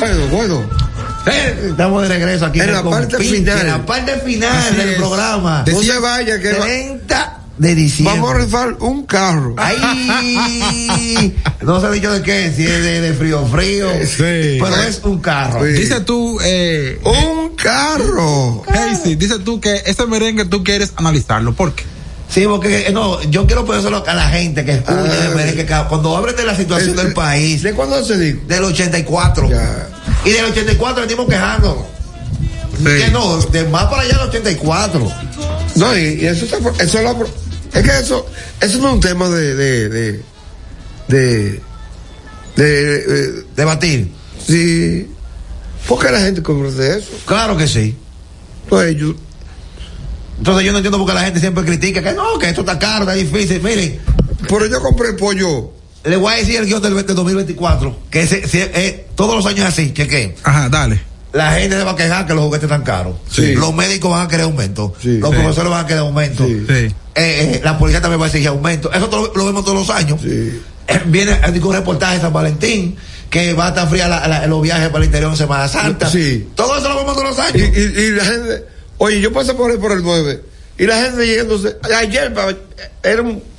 Speaker 9: Bueno, bueno.
Speaker 6: Eh, Estamos de regreso aquí
Speaker 9: En
Speaker 6: el
Speaker 9: la parte
Speaker 6: compinche,
Speaker 9: final.
Speaker 6: en la parte final
Speaker 9: Así
Speaker 6: del
Speaker 9: es.
Speaker 6: programa.
Speaker 9: No
Speaker 6: Entonces,
Speaker 9: se vaya que va-
Speaker 6: 30 de diciembre.
Speaker 9: Vamos a rifar un carro. <laughs>
Speaker 6: Ay, no se ha dicho de qué, si es de, de frío frío, pero es un carro.
Speaker 7: Dice tú, eh,
Speaker 9: un carro.
Speaker 7: Casey, dice tú que ese merengue tú quieres analizarlo. ¿Por qué?
Speaker 6: Sí, porque eh, no, yo quiero ponérselo a la gente que escucha de merengue, que cuando hablen de la situación del país.
Speaker 9: Ah, Eh, ¿De cuándo se dijo?
Speaker 6: Del 84. Y del 84 venimos quejando. Que no, de más para allá del 84.
Speaker 9: No, y, y eso está por- eso es, la pro- es que eso, eso no es un tema de de de de,
Speaker 6: debatir.
Speaker 9: Sí. ¿Por qué la gente conoce eso?
Speaker 6: Claro que sí.
Speaker 9: Pues yo,
Speaker 6: Entonces yo no entiendo por qué la gente siempre critica que no, que esto está caro, está difícil. Miren.
Speaker 9: Pero yo compré pollo.
Speaker 6: Le voy a decir el guión del 20 2024, que ese- si- eh, todos los años es así, que qué.
Speaker 7: Ajá, dale.
Speaker 6: La gente le va a quejar que los juguetes están caros.
Speaker 7: Sí.
Speaker 6: Los médicos van a querer aumento. Los
Speaker 7: Sí.
Speaker 6: profesores van a querer aumento.
Speaker 7: Sí.
Speaker 6: Eh, eh, la policía también va a exigir aumento. Eso todo lo, lo vemos todos los años. Eh, viene hay un reportaje de San Valentín que va a estar fría la- la- los viajes para el interior en Semana Santa.
Speaker 9: Sí.
Speaker 6: Todo eso lo vemos todos los
Speaker 9: Y,
Speaker 6: años.
Speaker 9: y, y la gente, oye, yo pasé por el, por el 9 y la gente yéndose. Ayer pa- era un.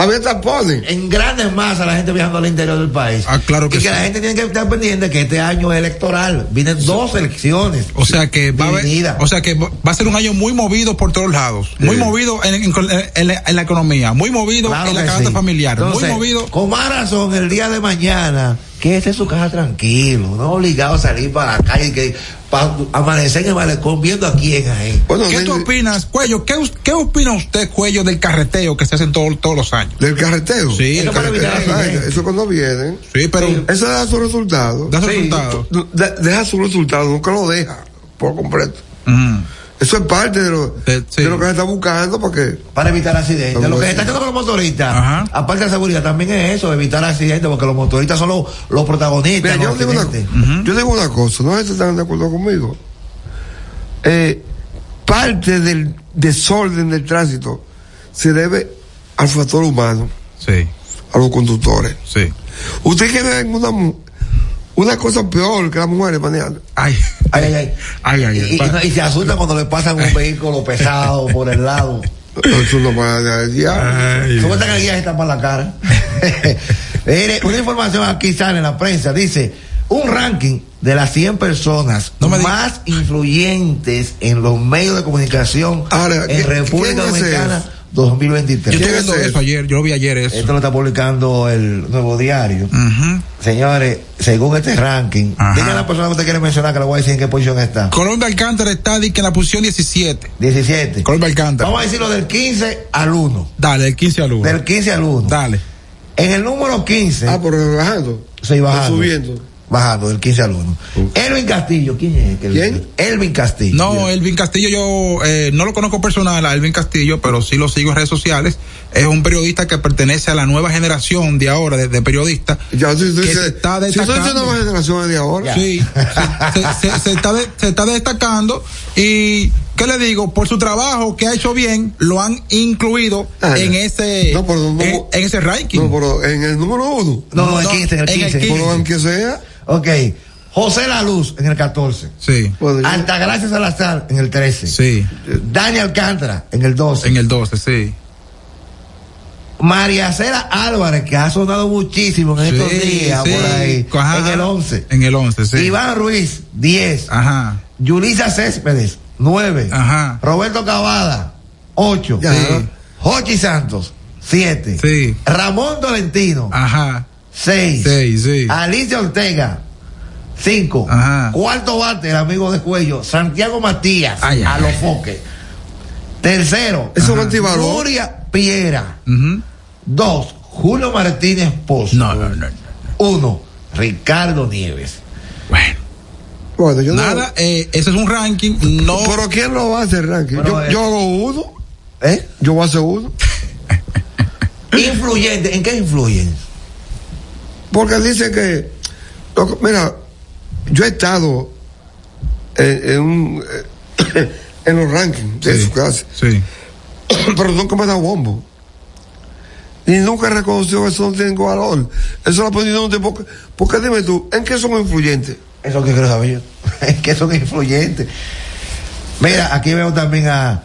Speaker 9: Había tapones.
Speaker 6: en grandes masas la gente viajando al interior del país.
Speaker 7: Ah, claro que
Speaker 6: y que
Speaker 7: sí.
Speaker 6: la gente tiene que estar pendiente que este año es electoral. Vienen dos elecciones.
Speaker 7: O sea que va a haber-
Speaker 6: Dividida.
Speaker 7: o sea que va va a ser un año muy movido por todos lados, muy movido en, en- en la, en la economía, muy movido
Speaker 6: Claro
Speaker 7: en la
Speaker 6: que
Speaker 7: canasta
Speaker 6: sí.
Speaker 7: familiar,
Speaker 6: Entonces,
Speaker 7: muy movido.
Speaker 6: Con más razón, el día de mañana, que esté en su casa tranquilo, no obligado a salir para la calle, que para amanecer en el malecón viendo a quién ahí.
Speaker 7: ¿Qué tú opinas, Cuello? ¿Qué, us- qué opina usted, Cuello, del carreteo que se hace todo- todos los años?
Speaker 9: ¿Del carreteo?
Speaker 7: Sí,
Speaker 9: Eso
Speaker 7: el
Speaker 9: para
Speaker 7: carreteo.
Speaker 9: evitar accidentes. Eso cuando vienen.
Speaker 7: Sí, pero-
Speaker 9: Eso da su resultado.
Speaker 7: Da su resultado.
Speaker 9: De- deja su resultado, nunca lo deja por completo.
Speaker 7: Mm.
Speaker 9: Eso es parte de lo, de lo que se está buscando porque.
Speaker 6: Para evitar accidentes. Lo que se está haciendo con los motoristas, aparte de la seguridad, también es eso, evitar accidentes, porque los motoristas son los, los
Speaker 9: Mira,
Speaker 6: protagonistas. de
Speaker 9: yo,
Speaker 6: los
Speaker 9: digo una,
Speaker 6: accidentes.
Speaker 9: yo digo una cosa, no sé si están de acuerdo conmigo. Eh, parte del desorden del tránsito se debe al factor humano,
Speaker 7: Sí,
Speaker 9: a los conductores.
Speaker 7: sí.
Speaker 9: Usted que ve en una, mu- una cosa peor que las mujeres manejando.
Speaker 7: Ay,
Speaker 6: ay, ay.
Speaker 7: ay, ay,
Speaker 6: Y, y no- y se asusta cuando le pasan un vehículo pesado por el lado.
Speaker 9: Eso no para de diablo.
Speaker 6: Suelta que el guía se tapa la cara. <laughs> Mire, una información aquí sale en la prensa. Dice, un ranking de las 100 personas más influyentes en los medios de comunicación en
Speaker 7: ¿quién-
Speaker 6: República
Speaker 7: quién es
Speaker 6: Dominicana
Speaker 7: ese?
Speaker 6: 2023.
Speaker 7: Yo estoy viendo eso ayer, yo lo vi ayer eso.
Speaker 6: Esto lo está publicando el Nuevo Diario. Señores, según este ranking, diga la persona que usted quiere mencionar que le voy a decir en qué posición está.
Speaker 7: Colombia Alcántara está di que en la posición 17.
Speaker 6: 17.
Speaker 7: Colombia Alcántara.
Speaker 6: Vamos a decirlo del 15 al 1.
Speaker 7: Dale, del 15 al 1.
Speaker 6: Del 15 al 1.
Speaker 7: Dale.
Speaker 6: En el número 15. Ah,
Speaker 9: pero bajando.
Speaker 6: Sí, bajando.
Speaker 9: O subiendo.
Speaker 6: Bajando, del 15 al 1. Elvin Castillo, ¿quién es? el- Elvin Castillo.
Speaker 7: No, Elvin Castillo yo eh, no lo conozco personal a Elvin Castillo, pero sí lo sigo en redes sociales. Es un periodista que pertenece a la nueva generación de ahora, de, de periodistas.
Speaker 9: Ya, sí, sí,
Speaker 7: que
Speaker 9: sí.
Speaker 7: se está
Speaker 9: Si usted
Speaker 7: destacando.
Speaker 9: es una generación de ahora.
Speaker 7: Sí, se, se- se está de- se está destacando y, ¿qué le digo? Por su trabajo que ha hecho bien, lo han incluido
Speaker 9: Ah,
Speaker 7: en
Speaker 9: ya.
Speaker 7: ese,
Speaker 9: No, pero no-
Speaker 7: en, en ese
Speaker 9: <laughs>
Speaker 7: ranking.
Speaker 9: No, pero en el número uno.
Speaker 6: No, no, el 15, el 15.
Speaker 9: Pero aunque sea.
Speaker 6: Ok. José La Luz en el 14.
Speaker 7: Sí.
Speaker 9: pues,
Speaker 7: Ah,
Speaker 6: Altagracia Salazar en el 13.
Speaker 7: Sí.
Speaker 6: Dani Alcántara en el 12.
Speaker 7: En el 12, sí.
Speaker 6: María Cera Álvarez, que ha sonado muchísimo en estos
Speaker 7: Sí,
Speaker 6: días
Speaker 7: sí.
Speaker 6: por ahí.
Speaker 7: Ajá.
Speaker 6: en el 11.
Speaker 7: En el 11, sí. Ah.
Speaker 6: Iván Ruiz, 10.
Speaker 7: Ajá.
Speaker 6: Yulisa Céspedes, 9.
Speaker 7: Ajá.
Speaker 6: Roberto Cavada, 8.
Speaker 7: Ya. Sí.
Speaker 6: Jochi Santos, 7.
Speaker 7: Sí.
Speaker 6: Ramón Tolentino,
Speaker 7: Ajá.
Speaker 6: 6.
Speaker 7: Seis, sí.
Speaker 6: Alicia Ortega, 5.
Speaker 7: Ajá.
Speaker 6: Cuarto bate, el amigo de cuello, Santiago Matías,
Speaker 7: Ay,
Speaker 6: a
Speaker 7: ay.
Speaker 6: los foques. Tercero,
Speaker 9: Eso es
Speaker 6: Ajá.
Speaker 9: antivalor.
Speaker 6: Nuria Piera.
Speaker 7: Ujú.
Speaker 6: 2. Julio Martínez Pozo.
Speaker 7: No, no, no.
Speaker 6: 1. Ricardo Nieves.
Speaker 9: Bueno, yo no-
Speaker 7: Nada, eh, ese es un ranking. No.
Speaker 9: Pero ¿quién lo va a hacer, Ranking?
Speaker 6: Pero,
Speaker 9: yo,
Speaker 6: eh,
Speaker 9: yo hago uno.
Speaker 6: ¿Eh?
Speaker 9: Yo voy a hacer uno.
Speaker 6: Influyente, ¿en qué influyen?
Speaker 9: Porque dice que. lo que- mira, yo he estado en, en un, <coughs> eh, en los rankings de su clase. <coughs>
Speaker 7: Sí.
Speaker 9: Pero nunca me da bombo. Y nunca reconoció que eso no tiene valor. Eso lo ha ponido en un tiempo. Porque dime tú, ¿en qué son influyentes?
Speaker 6: Eso que creo saber yo. <laughs> Es que son influyentes. Mira, aquí veo también a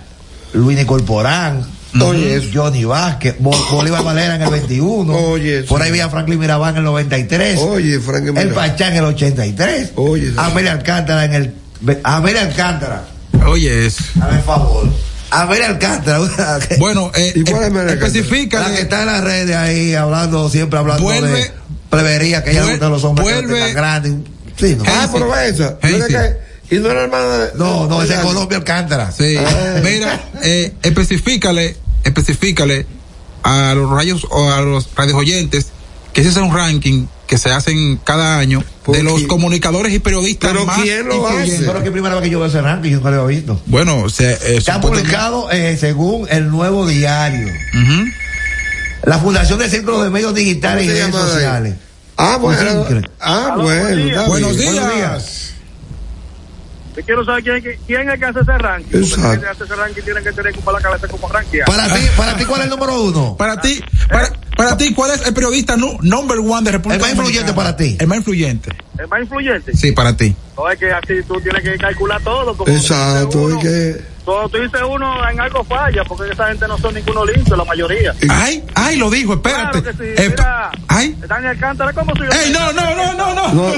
Speaker 6: Luis Nicolporán. Oye, eso. Johnny Vázquez, Bo- Bolívar Valera en el 21.
Speaker 9: Oye, eso.
Speaker 6: Por ahí veía Franklin Mirabal en el 93.
Speaker 9: Oye, Frank
Speaker 6: el Ah,
Speaker 9: mira,
Speaker 6: Pachán en el 83.
Speaker 9: Oye, eso.
Speaker 6: Amelia Alcántara en el. Amelia Alcántara.
Speaker 7: Oye, eso.
Speaker 6: A ver, favor. Amelia Alcántara. <laughs> una que-
Speaker 7: Bueno, eh,
Speaker 6: ¿Y cuál es Amelia Alcántara?
Speaker 7: especifica.
Speaker 6: La que está en las redes ahí hablando, siempre hablando
Speaker 7: Vuelve-
Speaker 6: de plebería, que ella le
Speaker 7: vuel-
Speaker 6: gustan los hombres que
Speaker 7: vuelve-
Speaker 6: no tengan grandes. Sí, no.
Speaker 9: Ah, pero esa. Yo le
Speaker 7: Gente.
Speaker 9: caí- Y no era hermana de. Ah.
Speaker 6: No, no, ese es
Speaker 9: de-
Speaker 6: Colombia Alcántara.
Speaker 7: Sí.
Speaker 6: Ah.
Speaker 7: Mira, eh, especifícale, especifícale a los rayos o a los radios oyentes que ese es un ranking que se hacen cada año de los comunicadores y periodistas
Speaker 9: Pero
Speaker 7: más
Speaker 9: ¿quién lo
Speaker 7: influyentes.
Speaker 6: Pero que primera vez que yo veo ese ranking, yo nunca lo había visto.
Speaker 7: Bueno, se, eh,
Speaker 6: Se ha
Speaker 7: supuestamente-
Speaker 6: publicado eh, según el nuevo diario.
Speaker 7: Ujú.
Speaker 6: La Fundación del Círculo de Medios Digitales y
Speaker 9: ¿Cómo se
Speaker 6: Redes
Speaker 9: llama ahí?
Speaker 6: Sociales.
Speaker 9: Ah, bueno.
Speaker 6: Increíble.
Speaker 9: Ah,
Speaker 14: Aló,
Speaker 9: bueno.
Speaker 14: buen día.
Speaker 9: está
Speaker 7: Buenos
Speaker 9: bien.
Speaker 7: días.
Speaker 14: Yo quiero saber quién, quién es que hace ese ranking. Porque
Speaker 9: Exacto.
Speaker 14: si que hace ese ranking tiene que tener como la cabeza como ranking.
Speaker 6: Para ti, para ti, ¿cuál es el número uno?
Speaker 7: Para ti, para, para ti, ¿cuál es el periodista nu- number one de República
Speaker 6: El más influyente
Speaker 7: Dominicana?
Speaker 6: para ti.
Speaker 7: El más influyente.
Speaker 14: Es más influyente.
Speaker 7: Sí, para ti.
Speaker 14: No es que así tú tienes que calcular todo. Como
Speaker 9: Exacto,
Speaker 14: uno-
Speaker 9: es que.
Speaker 14: Cuando tú dices uno en algo falla, porque esa gente no son ninguno limpio, la mayoría.
Speaker 7: Ay, ay, lo dijo, espérate.
Speaker 14: Claro que sí,
Speaker 7: Eh,
Speaker 14: mira.
Speaker 7: ay.
Speaker 14: Daniel Alcántara, ¿cómo se
Speaker 7: Ey, no, no, no, no, no.
Speaker 9: No,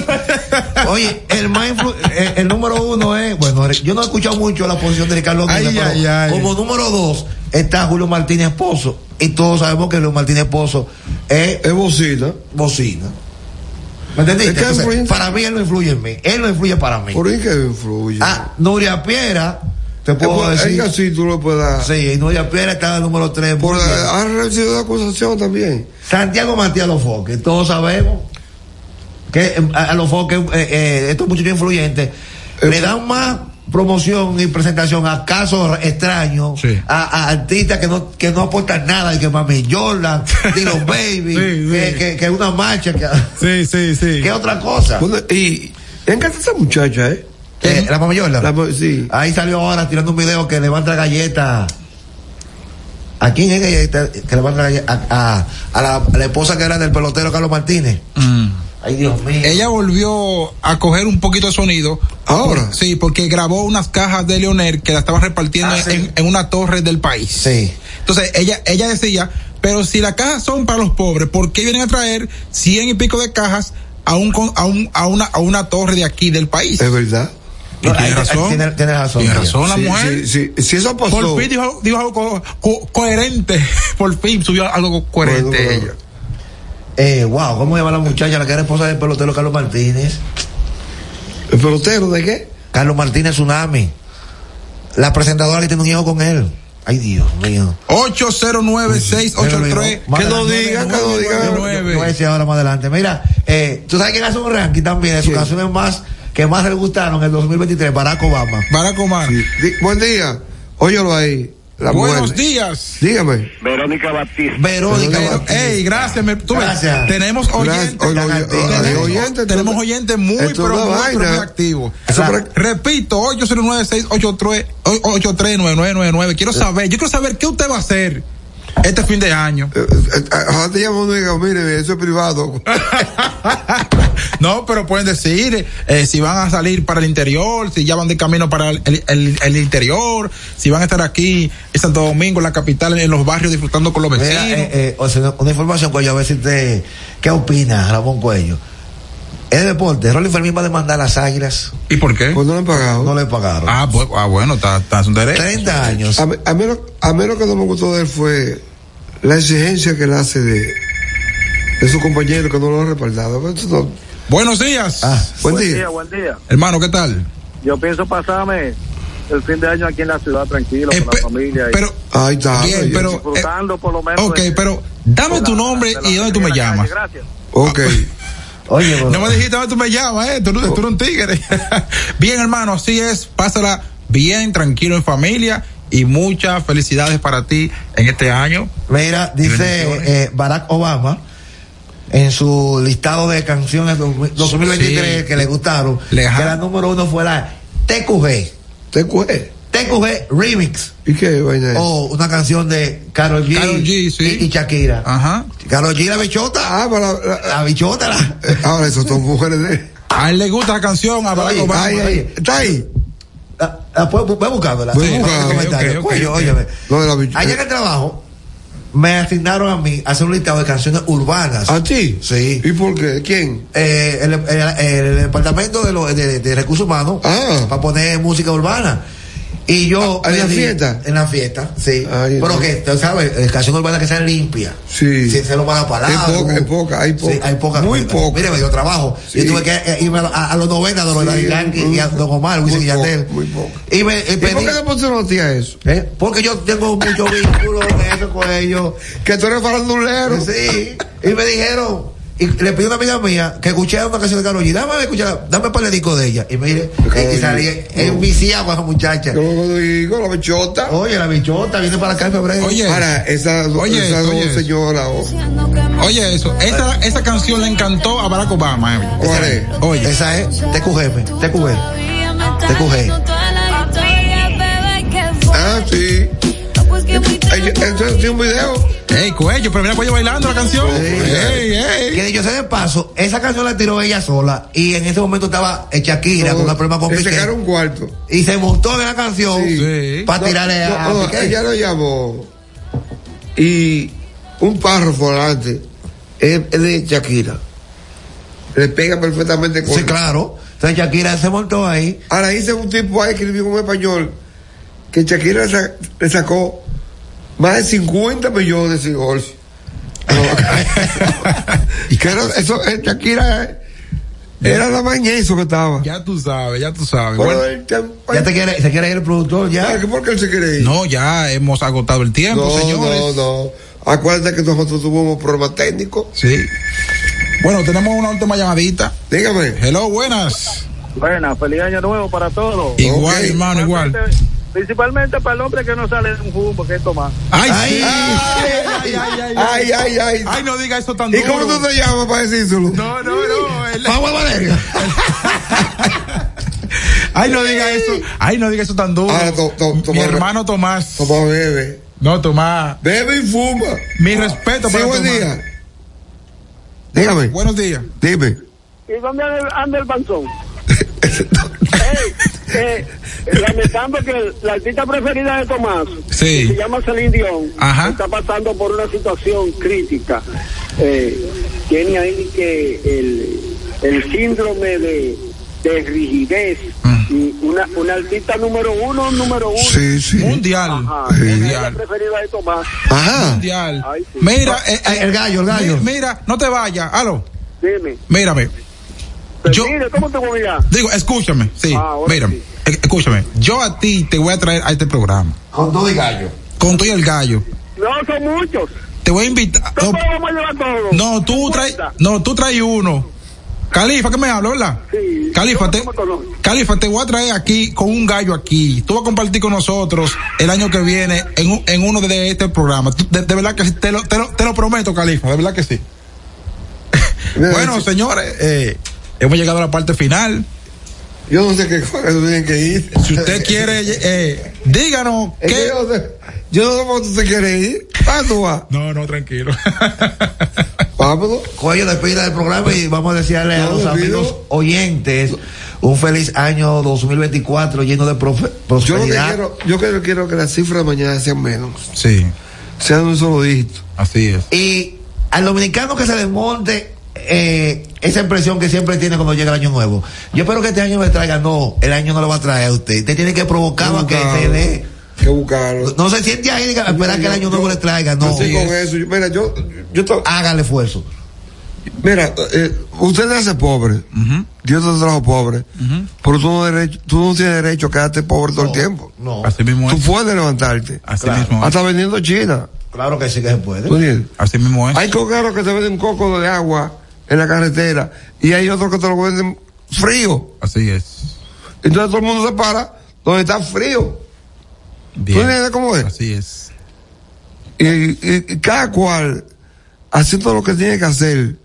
Speaker 6: Oye, el, más influ- eh, el número uno es. Bueno, yo no he escuchado mucho la posición de Ricardo Gómez,
Speaker 7: Ay,
Speaker 6: pero
Speaker 7: ay, ay.
Speaker 6: como número dos está Julio Martínez Pozo. Y todos sabemos que Julio Martínez Pozo es
Speaker 9: es bocina.
Speaker 6: bocina. ¿Me entendiste?
Speaker 9: Es que
Speaker 6: Entonces,
Speaker 9: influye-
Speaker 6: para mí él no influye en mí. Él no influye para mí.
Speaker 9: ¿Por ahí que influye?
Speaker 6: Ah, Nuria Piera, te
Speaker 9: Eh,
Speaker 6: puedo
Speaker 9: pues,
Speaker 6: decir.
Speaker 9: Es que así tú lo puedes dar.
Speaker 6: Sí, y Nuria Piera está en el número 3.
Speaker 9: Por, ha recibido acusación también.
Speaker 6: Santiago Matías Lofoque, todos sabemos que eh, a, a Lofoque, eh, eh, estos muchachos influyentes, le dan más promoción y presentación a casos extraños,
Speaker 7: Sí.
Speaker 6: a, a artistas que no, que no aportan nada, y que Mami Jordan, Dilo Baby,
Speaker 7: Sí, sí.
Speaker 6: Que, que- que una marcha, que,
Speaker 7: Sí, sí, sí.
Speaker 6: que otra cosa.
Speaker 9: Bueno, y encanta esa muchacha, ¿eh?
Speaker 6: Eh, la Mami Jordan.
Speaker 9: La mu- sí.
Speaker 6: Ahí salió ahora tirando un video que levanta galleta. ¿A quién es que, que levanta galleta? A, a- a la, a la esposa que era del pelotero Carlos Martínez.
Speaker 7: Mm.
Speaker 6: Ay, Dios mío.
Speaker 7: Ella volvió a coger un poquito de sonido. ¿Ahora? sí, porque grabó unas cajas de Leonel que la estaba repartiendo
Speaker 6: Ah, sí.
Speaker 7: en, en una torre del país.
Speaker 6: Sí.
Speaker 7: Entonces, ella, ella decía, pero si las cajas son para los pobres, ¿por qué vienen a traer cien y pico de cajas a, un, con- a, un- a, una, a una torre de aquí del país? Es
Speaker 9: verdad.
Speaker 7: Y tiene razón.
Speaker 6: Tiene, tiene razón.
Speaker 7: Tiene razón la
Speaker 6: Sí,
Speaker 7: mujer.
Speaker 6: sí, sí.
Speaker 9: Si eso pasó-
Speaker 7: Por fin dijo, dijo algo co- co- coherente. <laughs> Por fin subió algo coherente ella.
Speaker 6: Eh, wow, ¿cómo se llama la muchacha? La que era esposa del pelotero Carlos Martínez.
Speaker 9: ¿El pelotero de qué?
Speaker 6: Carlos Martínez Tsunami. La presentadora que tiene un hijo con él. Ay, Dios mío.
Speaker 7: 809-683.
Speaker 6: Que no diga, que no diga. Yo voy a decir ahora más adelante. Mira, eh, tú sabes quién hace un ranking también de sus canciones más que más le gustaron en el 2023, Barack Obama.
Speaker 7: Barack Obama.
Speaker 9: Buen día. Óyelo ahí. La
Speaker 7: Buenos
Speaker 9: mujer.
Speaker 7: días.
Speaker 9: Dígame.
Speaker 14: Verónica Batista.
Speaker 6: Verónica
Speaker 7: Batista. Ey, gracias. me- tú ves,
Speaker 9: Gracias.
Speaker 7: tenemos oyentes.
Speaker 9: Gracias. Oye, oye, oye,
Speaker 7: tenemos
Speaker 9: oyentes,
Speaker 7: tenemos
Speaker 9: tú-
Speaker 7: oyentes muy,
Speaker 9: esto
Speaker 7: pero
Speaker 9: es una
Speaker 7: muy, pero muy
Speaker 9: vaina.
Speaker 7: activos.
Speaker 9: Eso
Speaker 7: La-
Speaker 9: para-
Speaker 7: Repito, 809-683-9999.
Speaker 9: Eh.
Speaker 7: Quiero saber, yo quiero saber qué usted va a hacer este fin de año.
Speaker 9: Eh, Ahora ah, te llamo uno y digo, mire, eso es privado.
Speaker 7: <laughs> No, pero pueden decir eh, si van a salir para el interior, si ya van de camino para el, el- el- el interior, si van a estar aquí en Santo Domingo, en la capital, en los barrios, disfrutando con los vecinos.
Speaker 6: Mira, eh, eh, o sea, una información, Cuello, a ver si te. ¿Qué opina Ramón Cuello? Es de deporte. Rolly Fermín va a demandar a las águilas.
Speaker 7: ¿Y por qué?
Speaker 9: Pues no le han pagado.
Speaker 6: No le pagaron.
Speaker 7: Ah, bu- ah, bueno, está, está en su derecho.
Speaker 6: 30 años.
Speaker 9: A, mí- a mí lo, a mí lo que no me gustó de él fue la exigencia que él hace de, de su compañero que no lo ha respaldado. Pero eso no-
Speaker 7: Buenos días.
Speaker 6: Ah.
Speaker 9: buen día.
Speaker 14: buen día.
Speaker 7: Hermano, ¿qué tal?
Speaker 14: Yo pienso pasarme el fin de año aquí en la ciudad tranquilo,
Speaker 6: Eh,
Speaker 14: con la familia. Pero,
Speaker 9: Ahí
Speaker 6: Ah,
Speaker 9: está.
Speaker 7: Bien, pero, eh,
Speaker 14: disfrutando por lo menos.
Speaker 7: ok,
Speaker 6: pues.
Speaker 14: de-
Speaker 7: pero dame
Speaker 14: de
Speaker 7: tu
Speaker 14: la-
Speaker 7: nombre
Speaker 14: de la
Speaker 7: y dónde tú me
Speaker 14: alegría en la
Speaker 7: llamas.
Speaker 14: calle. Gracias.
Speaker 9: Ok.
Speaker 6: Oye,
Speaker 7: no me dijiste dónde tú me llamas, eh. Tú, no- tú eres un tigre. <laughs> bien, hermano, así es. Pásala bien, tranquilo en familia y muchas felicidades para ti en este año.
Speaker 6: Mira, dice eh, Barack Obama en su listado de canciones dos mil- 2023
Speaker 7: Sí.
Speaker 6: que le gustaron,
Speaker 7: Leja-
Speaker 6: que la número uno fue la TQG.
Speaker 9: TQG.
Speaker 6: TQG Remix.
Speaker 9: ¿Y qué vaina es?
Speaker 6: O una canción de Karol G,
Speaker 9: Karol G, sí.
Speaker 6: y, y Shakira.
Speaker 7: Ajá.
Speaker 6: Karol G, la bichota.
Speaker 9: Ah, la, eh,
Speaker 6: bichota. la-
Speaker 9: Ahora, eso son mujeres de.
Speaker 7: A él le gusta la canción, a
Speaker 9: Ah,
Speaker 7: Barack
Speaker 6: Oye,
Speaker 7: Obama.
Speaker 6: ay, ay,
Speaker 9: Está ahí.
Speaker 6: La, la puedo- voy pues, buscándola.
Speaker 9: Voy
Speaker 6: Sí,
Speaker 9: buscando.
Speaker 6: en el comentario.
Speaker 9: Ok, ok,
Speaker 6: Coño,
Speaker 9: ok.
Speaker 6: óyeme.
Speaker 9: Lo de la bichota.
Speaker 6: Ayer en el trabajo me asignaron a mí hacer un listado de canciones urbanas.
Speaker 9: ¿A ti?
Speaker 6: Sí.
Speaker 9: ¿Y por qué? ¿Quién?
Speaker 6: eh, el, el- el departamento de, los- de- de recursos humanos para poner música urbana. Y yo.
Speaker 9: Ah, ¿en
Speaker 6: me
Speaker 9: la
Speaker 6: di-
Speaker 9: fiesta?
Speaker 6: En la fiesta, sí.
Speaker 9: Ay,
Speaker 6: Pero
Speaker 9: no.
Speaker 6: que, tú sabes, eh, canción urbana que sea limpia.
Speaker 9: Sí.
Speaker 6: Sin ser malas palabras.
Speaker 9: Hay poca, hay poca, hay poca.
Speaker 6: Sí, hay poca.
Speaker 9: Muy poca.
Speaker 6: Mire, me dio trabajo.
Speaker 9: Sí.
Speaker 6: Yo tuve que eh, irme a, a- a los 90 de los
Speaker 9: Sí,
Speaker 6: Daddy Yankee y a Don Omar, Luis
Speaker 9: muy
Speaker 6: Villandel.
Speaker 9: poca, muy poca.
Speaker 6: Y me eh,
Speaker 9: ¿Y
Speaker 6: pedí.
Speaker 9: por qué le pusieron a ti a eso?
Speaker 6: ¿Eh? Porque yo tengo mucho vínculo de eso con ellos.
Speaker 9: <laughs> Que tú eres farandulero. <laughs>
Speaker 6: Sí. Y me dijeron, y le pedí a una amiga mía que escuchara una canción de Karol G. Dame, escuchar, dame para el disco de ella. Y me dije,
Speaker 9: Karol
Speaker 6: y,
Speaker 9: G.
Speaker 6: salí enviciado a esa muchacha.
Speaker 9: Yo lo digo, la bichota.
Speaker 6: Oye, la bichota viene para acá en febrero.
Speaker 7: Oye.
Speaker 9: Ahora, esa,
Speaker 7: Oye,
Speaker 9: esa
Speaker 7: oye.
Speaker 9: dos señora. oh. o-
Speaker 7: Oye, eso. Esa, esa canción le encantó a Barack Obama. eh.
Speaker 9: ¿Cuál es?
Speaker 7: Oye.
Speaker 6: Esa es TQGM, TQG. Te coge.
Speaker 9: Ah, sí. Ey, Eso es un video.
Speaker 7: Ey, cuello, pero mira cuello bailando la canción. Ey, ey.
Speaker 6: Que yo sé de paso, esa canción la tiró ella sola. Y en ese momento estaba eh, Shakira
Speaker 9: Oh,
Speaker 6: con el problema con
Speaker 9: Le
Speaker 6: Piqué.
Speaker 9: sacaron un cuarto.
Speaker 6: Y se montó de la canción
Speaker 7: Sí.
Speaker 6: para
Speaker 9: No,
Speaker 6: tirarle a,
Speaker 9: no, no,
Speaker 6: Piqué.
Speaker 9: ella lo llamó. Y un párrafo adelante es es de Shakira. Le pega perfectamente con.
Speaker 6: Sí, claro. Entonces Shakira se montó ahí.
Speaker 9: Ahora dice un tipo ahí que escribió un español que Shakira le, sa- le sacó más de 50 millones de gols. <laughs> y claro, eso, eh, Shakira eh, era la mañana eso que estaba.
Speaker 7: Ya tú sabes, ya tú sabes.
Speaker 9: Pero
Speaker 7: Bueno,
Speaker 9: él te-
Speaker 6: Ya te quiere, se quiere ir el productor,
Speaker 9: ¿Para
Speaker 6: ya.
Speaker 9: qué? ¿Por qué él se quiere ir?
Speaker 7: no, ya hemos agotado el tiempo,
Speaker 9: no,
Speaker 7: señores.
Speaker 9: no, no. Acuérdate que nosotros tuvimos problemas técnicos.
Speaker 7: Sí. Bueno, tenemos una última llamadita.
Speaker 9: Dígame.
Speaker 7: Hello, buenas.
Speaker 14: Buena, feliz año nuevo para todos.
Speaker 7: Igual, hermano, igual.
Speaker 14: Principalmente- Principalmente para el hombre que no sale de un jumbo, que es Tomás.
Speaker 7: Ay,
Speaker 6: Ay,
Speaker 7: sí.
Speaker 9: ay,
Speaker 7: ay, ay, ay,
Speaker 9: Ay, ay, ay.
Speaker 7: Ay, no diga eso tan
Speaker 9: ¿Y
Speaker 7: duro.
Speaker 9: cómo tú te llamas para decírselo?
Speaker 7: No, no, no. el-
Speaker 6: Vamos a Valeria.
Speaker 7: <laughs> Ay, no diga eso. Ay, no diga eso tan duro.
Speaker 9: Ahora, Ah, to- to-
Speaker 7: Mi
Speaker 9: Tomás-
Speaker 7: hermano Tomás.
Speaker 9: Toma, bebe.
Speaker 7: No, Tomás.
Speaker 9: Bebe y fuma.
Speaker 7: Mi respeto
Speaker 9: Sí,
Speaker 7: para
Speaker 9: buen
Speaker 7: Tomás.
Speaker 9: día. Dígame.
Speaker 7: Buenos días.
Speaker 9: Dime.
Speaker 14: ¿Y dónde anda, anda el panzón? eh, eh, lamentando que la artista preferida de Tomás, que
Speaker 7: Sí.
Speaker 14: se llama Celine Dion,
Speaker 7: Ajá.
Speaker 14: está pasando por una situación crítica. Eh, tiene ahí que el, el síndrome de, de rigidez. Y una, una artista número uno, número uno.
Speaker 7: Sí, sí. Mundial.
Speaker 14: Ajá,
Speaker 7: Sí.
Speaker 14: esa es la preferida de Tomás.
Speaker 7: Mundial.
Speaker 14: Ay, sí.
Speaker 7: Mira,
Speaker 14: Ah,
Speaker 7: eh, eh,
Speaker 14: el gallo, el gallo.
Speaker 7: mi- Mira, no te vayas, aló.
Speaker 14: Dime.
Speaker 7: Mírame. Yo,
Speaker 14: Mire, Pues ¿cómo te voy a
Speaker 7: digo, escúchame, sí, mírame, eh, escúchame. Yo a ti te voy a traer a este programa. Con todo el gallo. Con todo y el gallo.
Speaker 14: No, son muchos.
Speaker 7: Te voy a invitar. No,
Speaker 14: vamos a llevar todos.
Speaker 7: No, tú traes, no, tú traes uno. Califa, que me habla, ¿verdad? Sí. Califa, te, Califa, te voy a traer aquí con un gallo aquí. Tú vas a compartir con nosotros el año que viene en, un- en uno de este programa. Tú- De, de verdad que sí, te lo, te, lo, te lo prometo, Califa, de verdad que sí. <laughs> bueno, señores, eh, hemos llegado a la parte final.
Speaker 6: Yo no sé qué tienen que ir.
Speaker 7: Si
Speaker 6: <laughs>
Speaker 7: usted quiere, eh, díganos
Speaker 6: Es que
Speaker 7: qué.
Speaker 6: yo, no sé- yo no sé cómo tú te quieres ir. Ah, tú vas.
Speaker 7: No, no, <laughs> tranquilo.
Speaker 6: Vámonos.
Speaker 8: Coello, despedida del programa y vamos a desearle a los amigos oyentes un feliz año 2024 lleno de profe-
Speaker 6: Yo lo que
Speaker 8: prosperidad.
Speaker 6: quiero, yo que- quiero que las cifras de mañana sean menos.
Speaker 7: Sí.
Speaker 6: Sean un solo dígito.
Speaker 7: Así es.
Speaker 8: Y al dominicano que se desmonte eh, esa impresión que siempre tiene cuando llega el año nuevo. Yo espero que este año me traiga. No, el año no lo va a traer a usted. Usted tiene que provocar a que se dé.
Speaker 6: Que buscarlo.
Speaker 8: No se siente ahí y diga, espera que el año nuevo le traiga. No,
Speaker 6: Así con eso. Yo- Mira, yo, yo to-
Speaker 8: hágale esfuerzo.
Speaker 6: Mira, eh, usted nace pobre. Dios te trajo pobre. Pero tú no, derecho- tú no tienes derecho a quedarte pobre todo el tiempo.
Speaker 8: No.
Speaker 7: Así mismo
Speaker 6: Tú
Speaker 7: es.
Speaker 6: puedes levantarte.
Speaker 7: Así mismo es.
Speaker 6: Hasta vendiendo China.
Speaker 8: Claro que sí que se puede.
Speaker 6: ¿Tú entiendes?
Speaker 7: Así mismo es.
Speaker 6: Hay coqueros que te venden coco de agua en la carretera y hay otros que te lo venden frío.
Speaker 7: Así es.
Speaker 6: Entonces todo el mundo se para donde está frío.
Speaker 7: Bien.
Speaker 6: ¿Tú entiendes cómo es?
Speaker 7: Así es.
Speaker 6: Y, y- y cada cual, haciendo lo que tiene que hacer,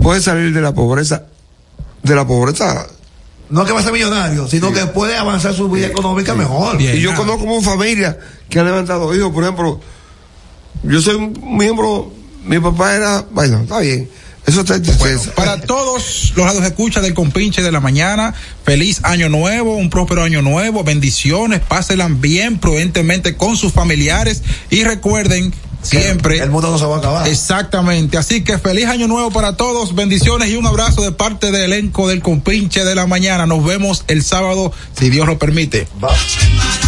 Speaker 6: puede salir de la pobreza. De la pobreza.
Speaker 8: No que va a ser millonario, sino que puede avanzar su vida económica mejor.
Speaker 6: y yo conozco como familia que han levantado hijos. Por ejemplo, yo soy un miembro, mi papá era, bueno, está bien. Eso está en tristeza.
Speaker 7: Para todos los lados escucha del compinche de la mañana, feliz año nuevo, un próspero año nuevo, bendiciones, pásenla bien prudentemente con sus familiares y recuerden siempre. El
Speaker 8: mundo no se va a acabar.
Speaker 7: Exactamente, así que feliz año nuevo para todos, bendiciones y un abrazo de parte del elenco del compinche de la mañana. Nos vemos el sábado, si Dios lo permite.
Speaker 8: Va.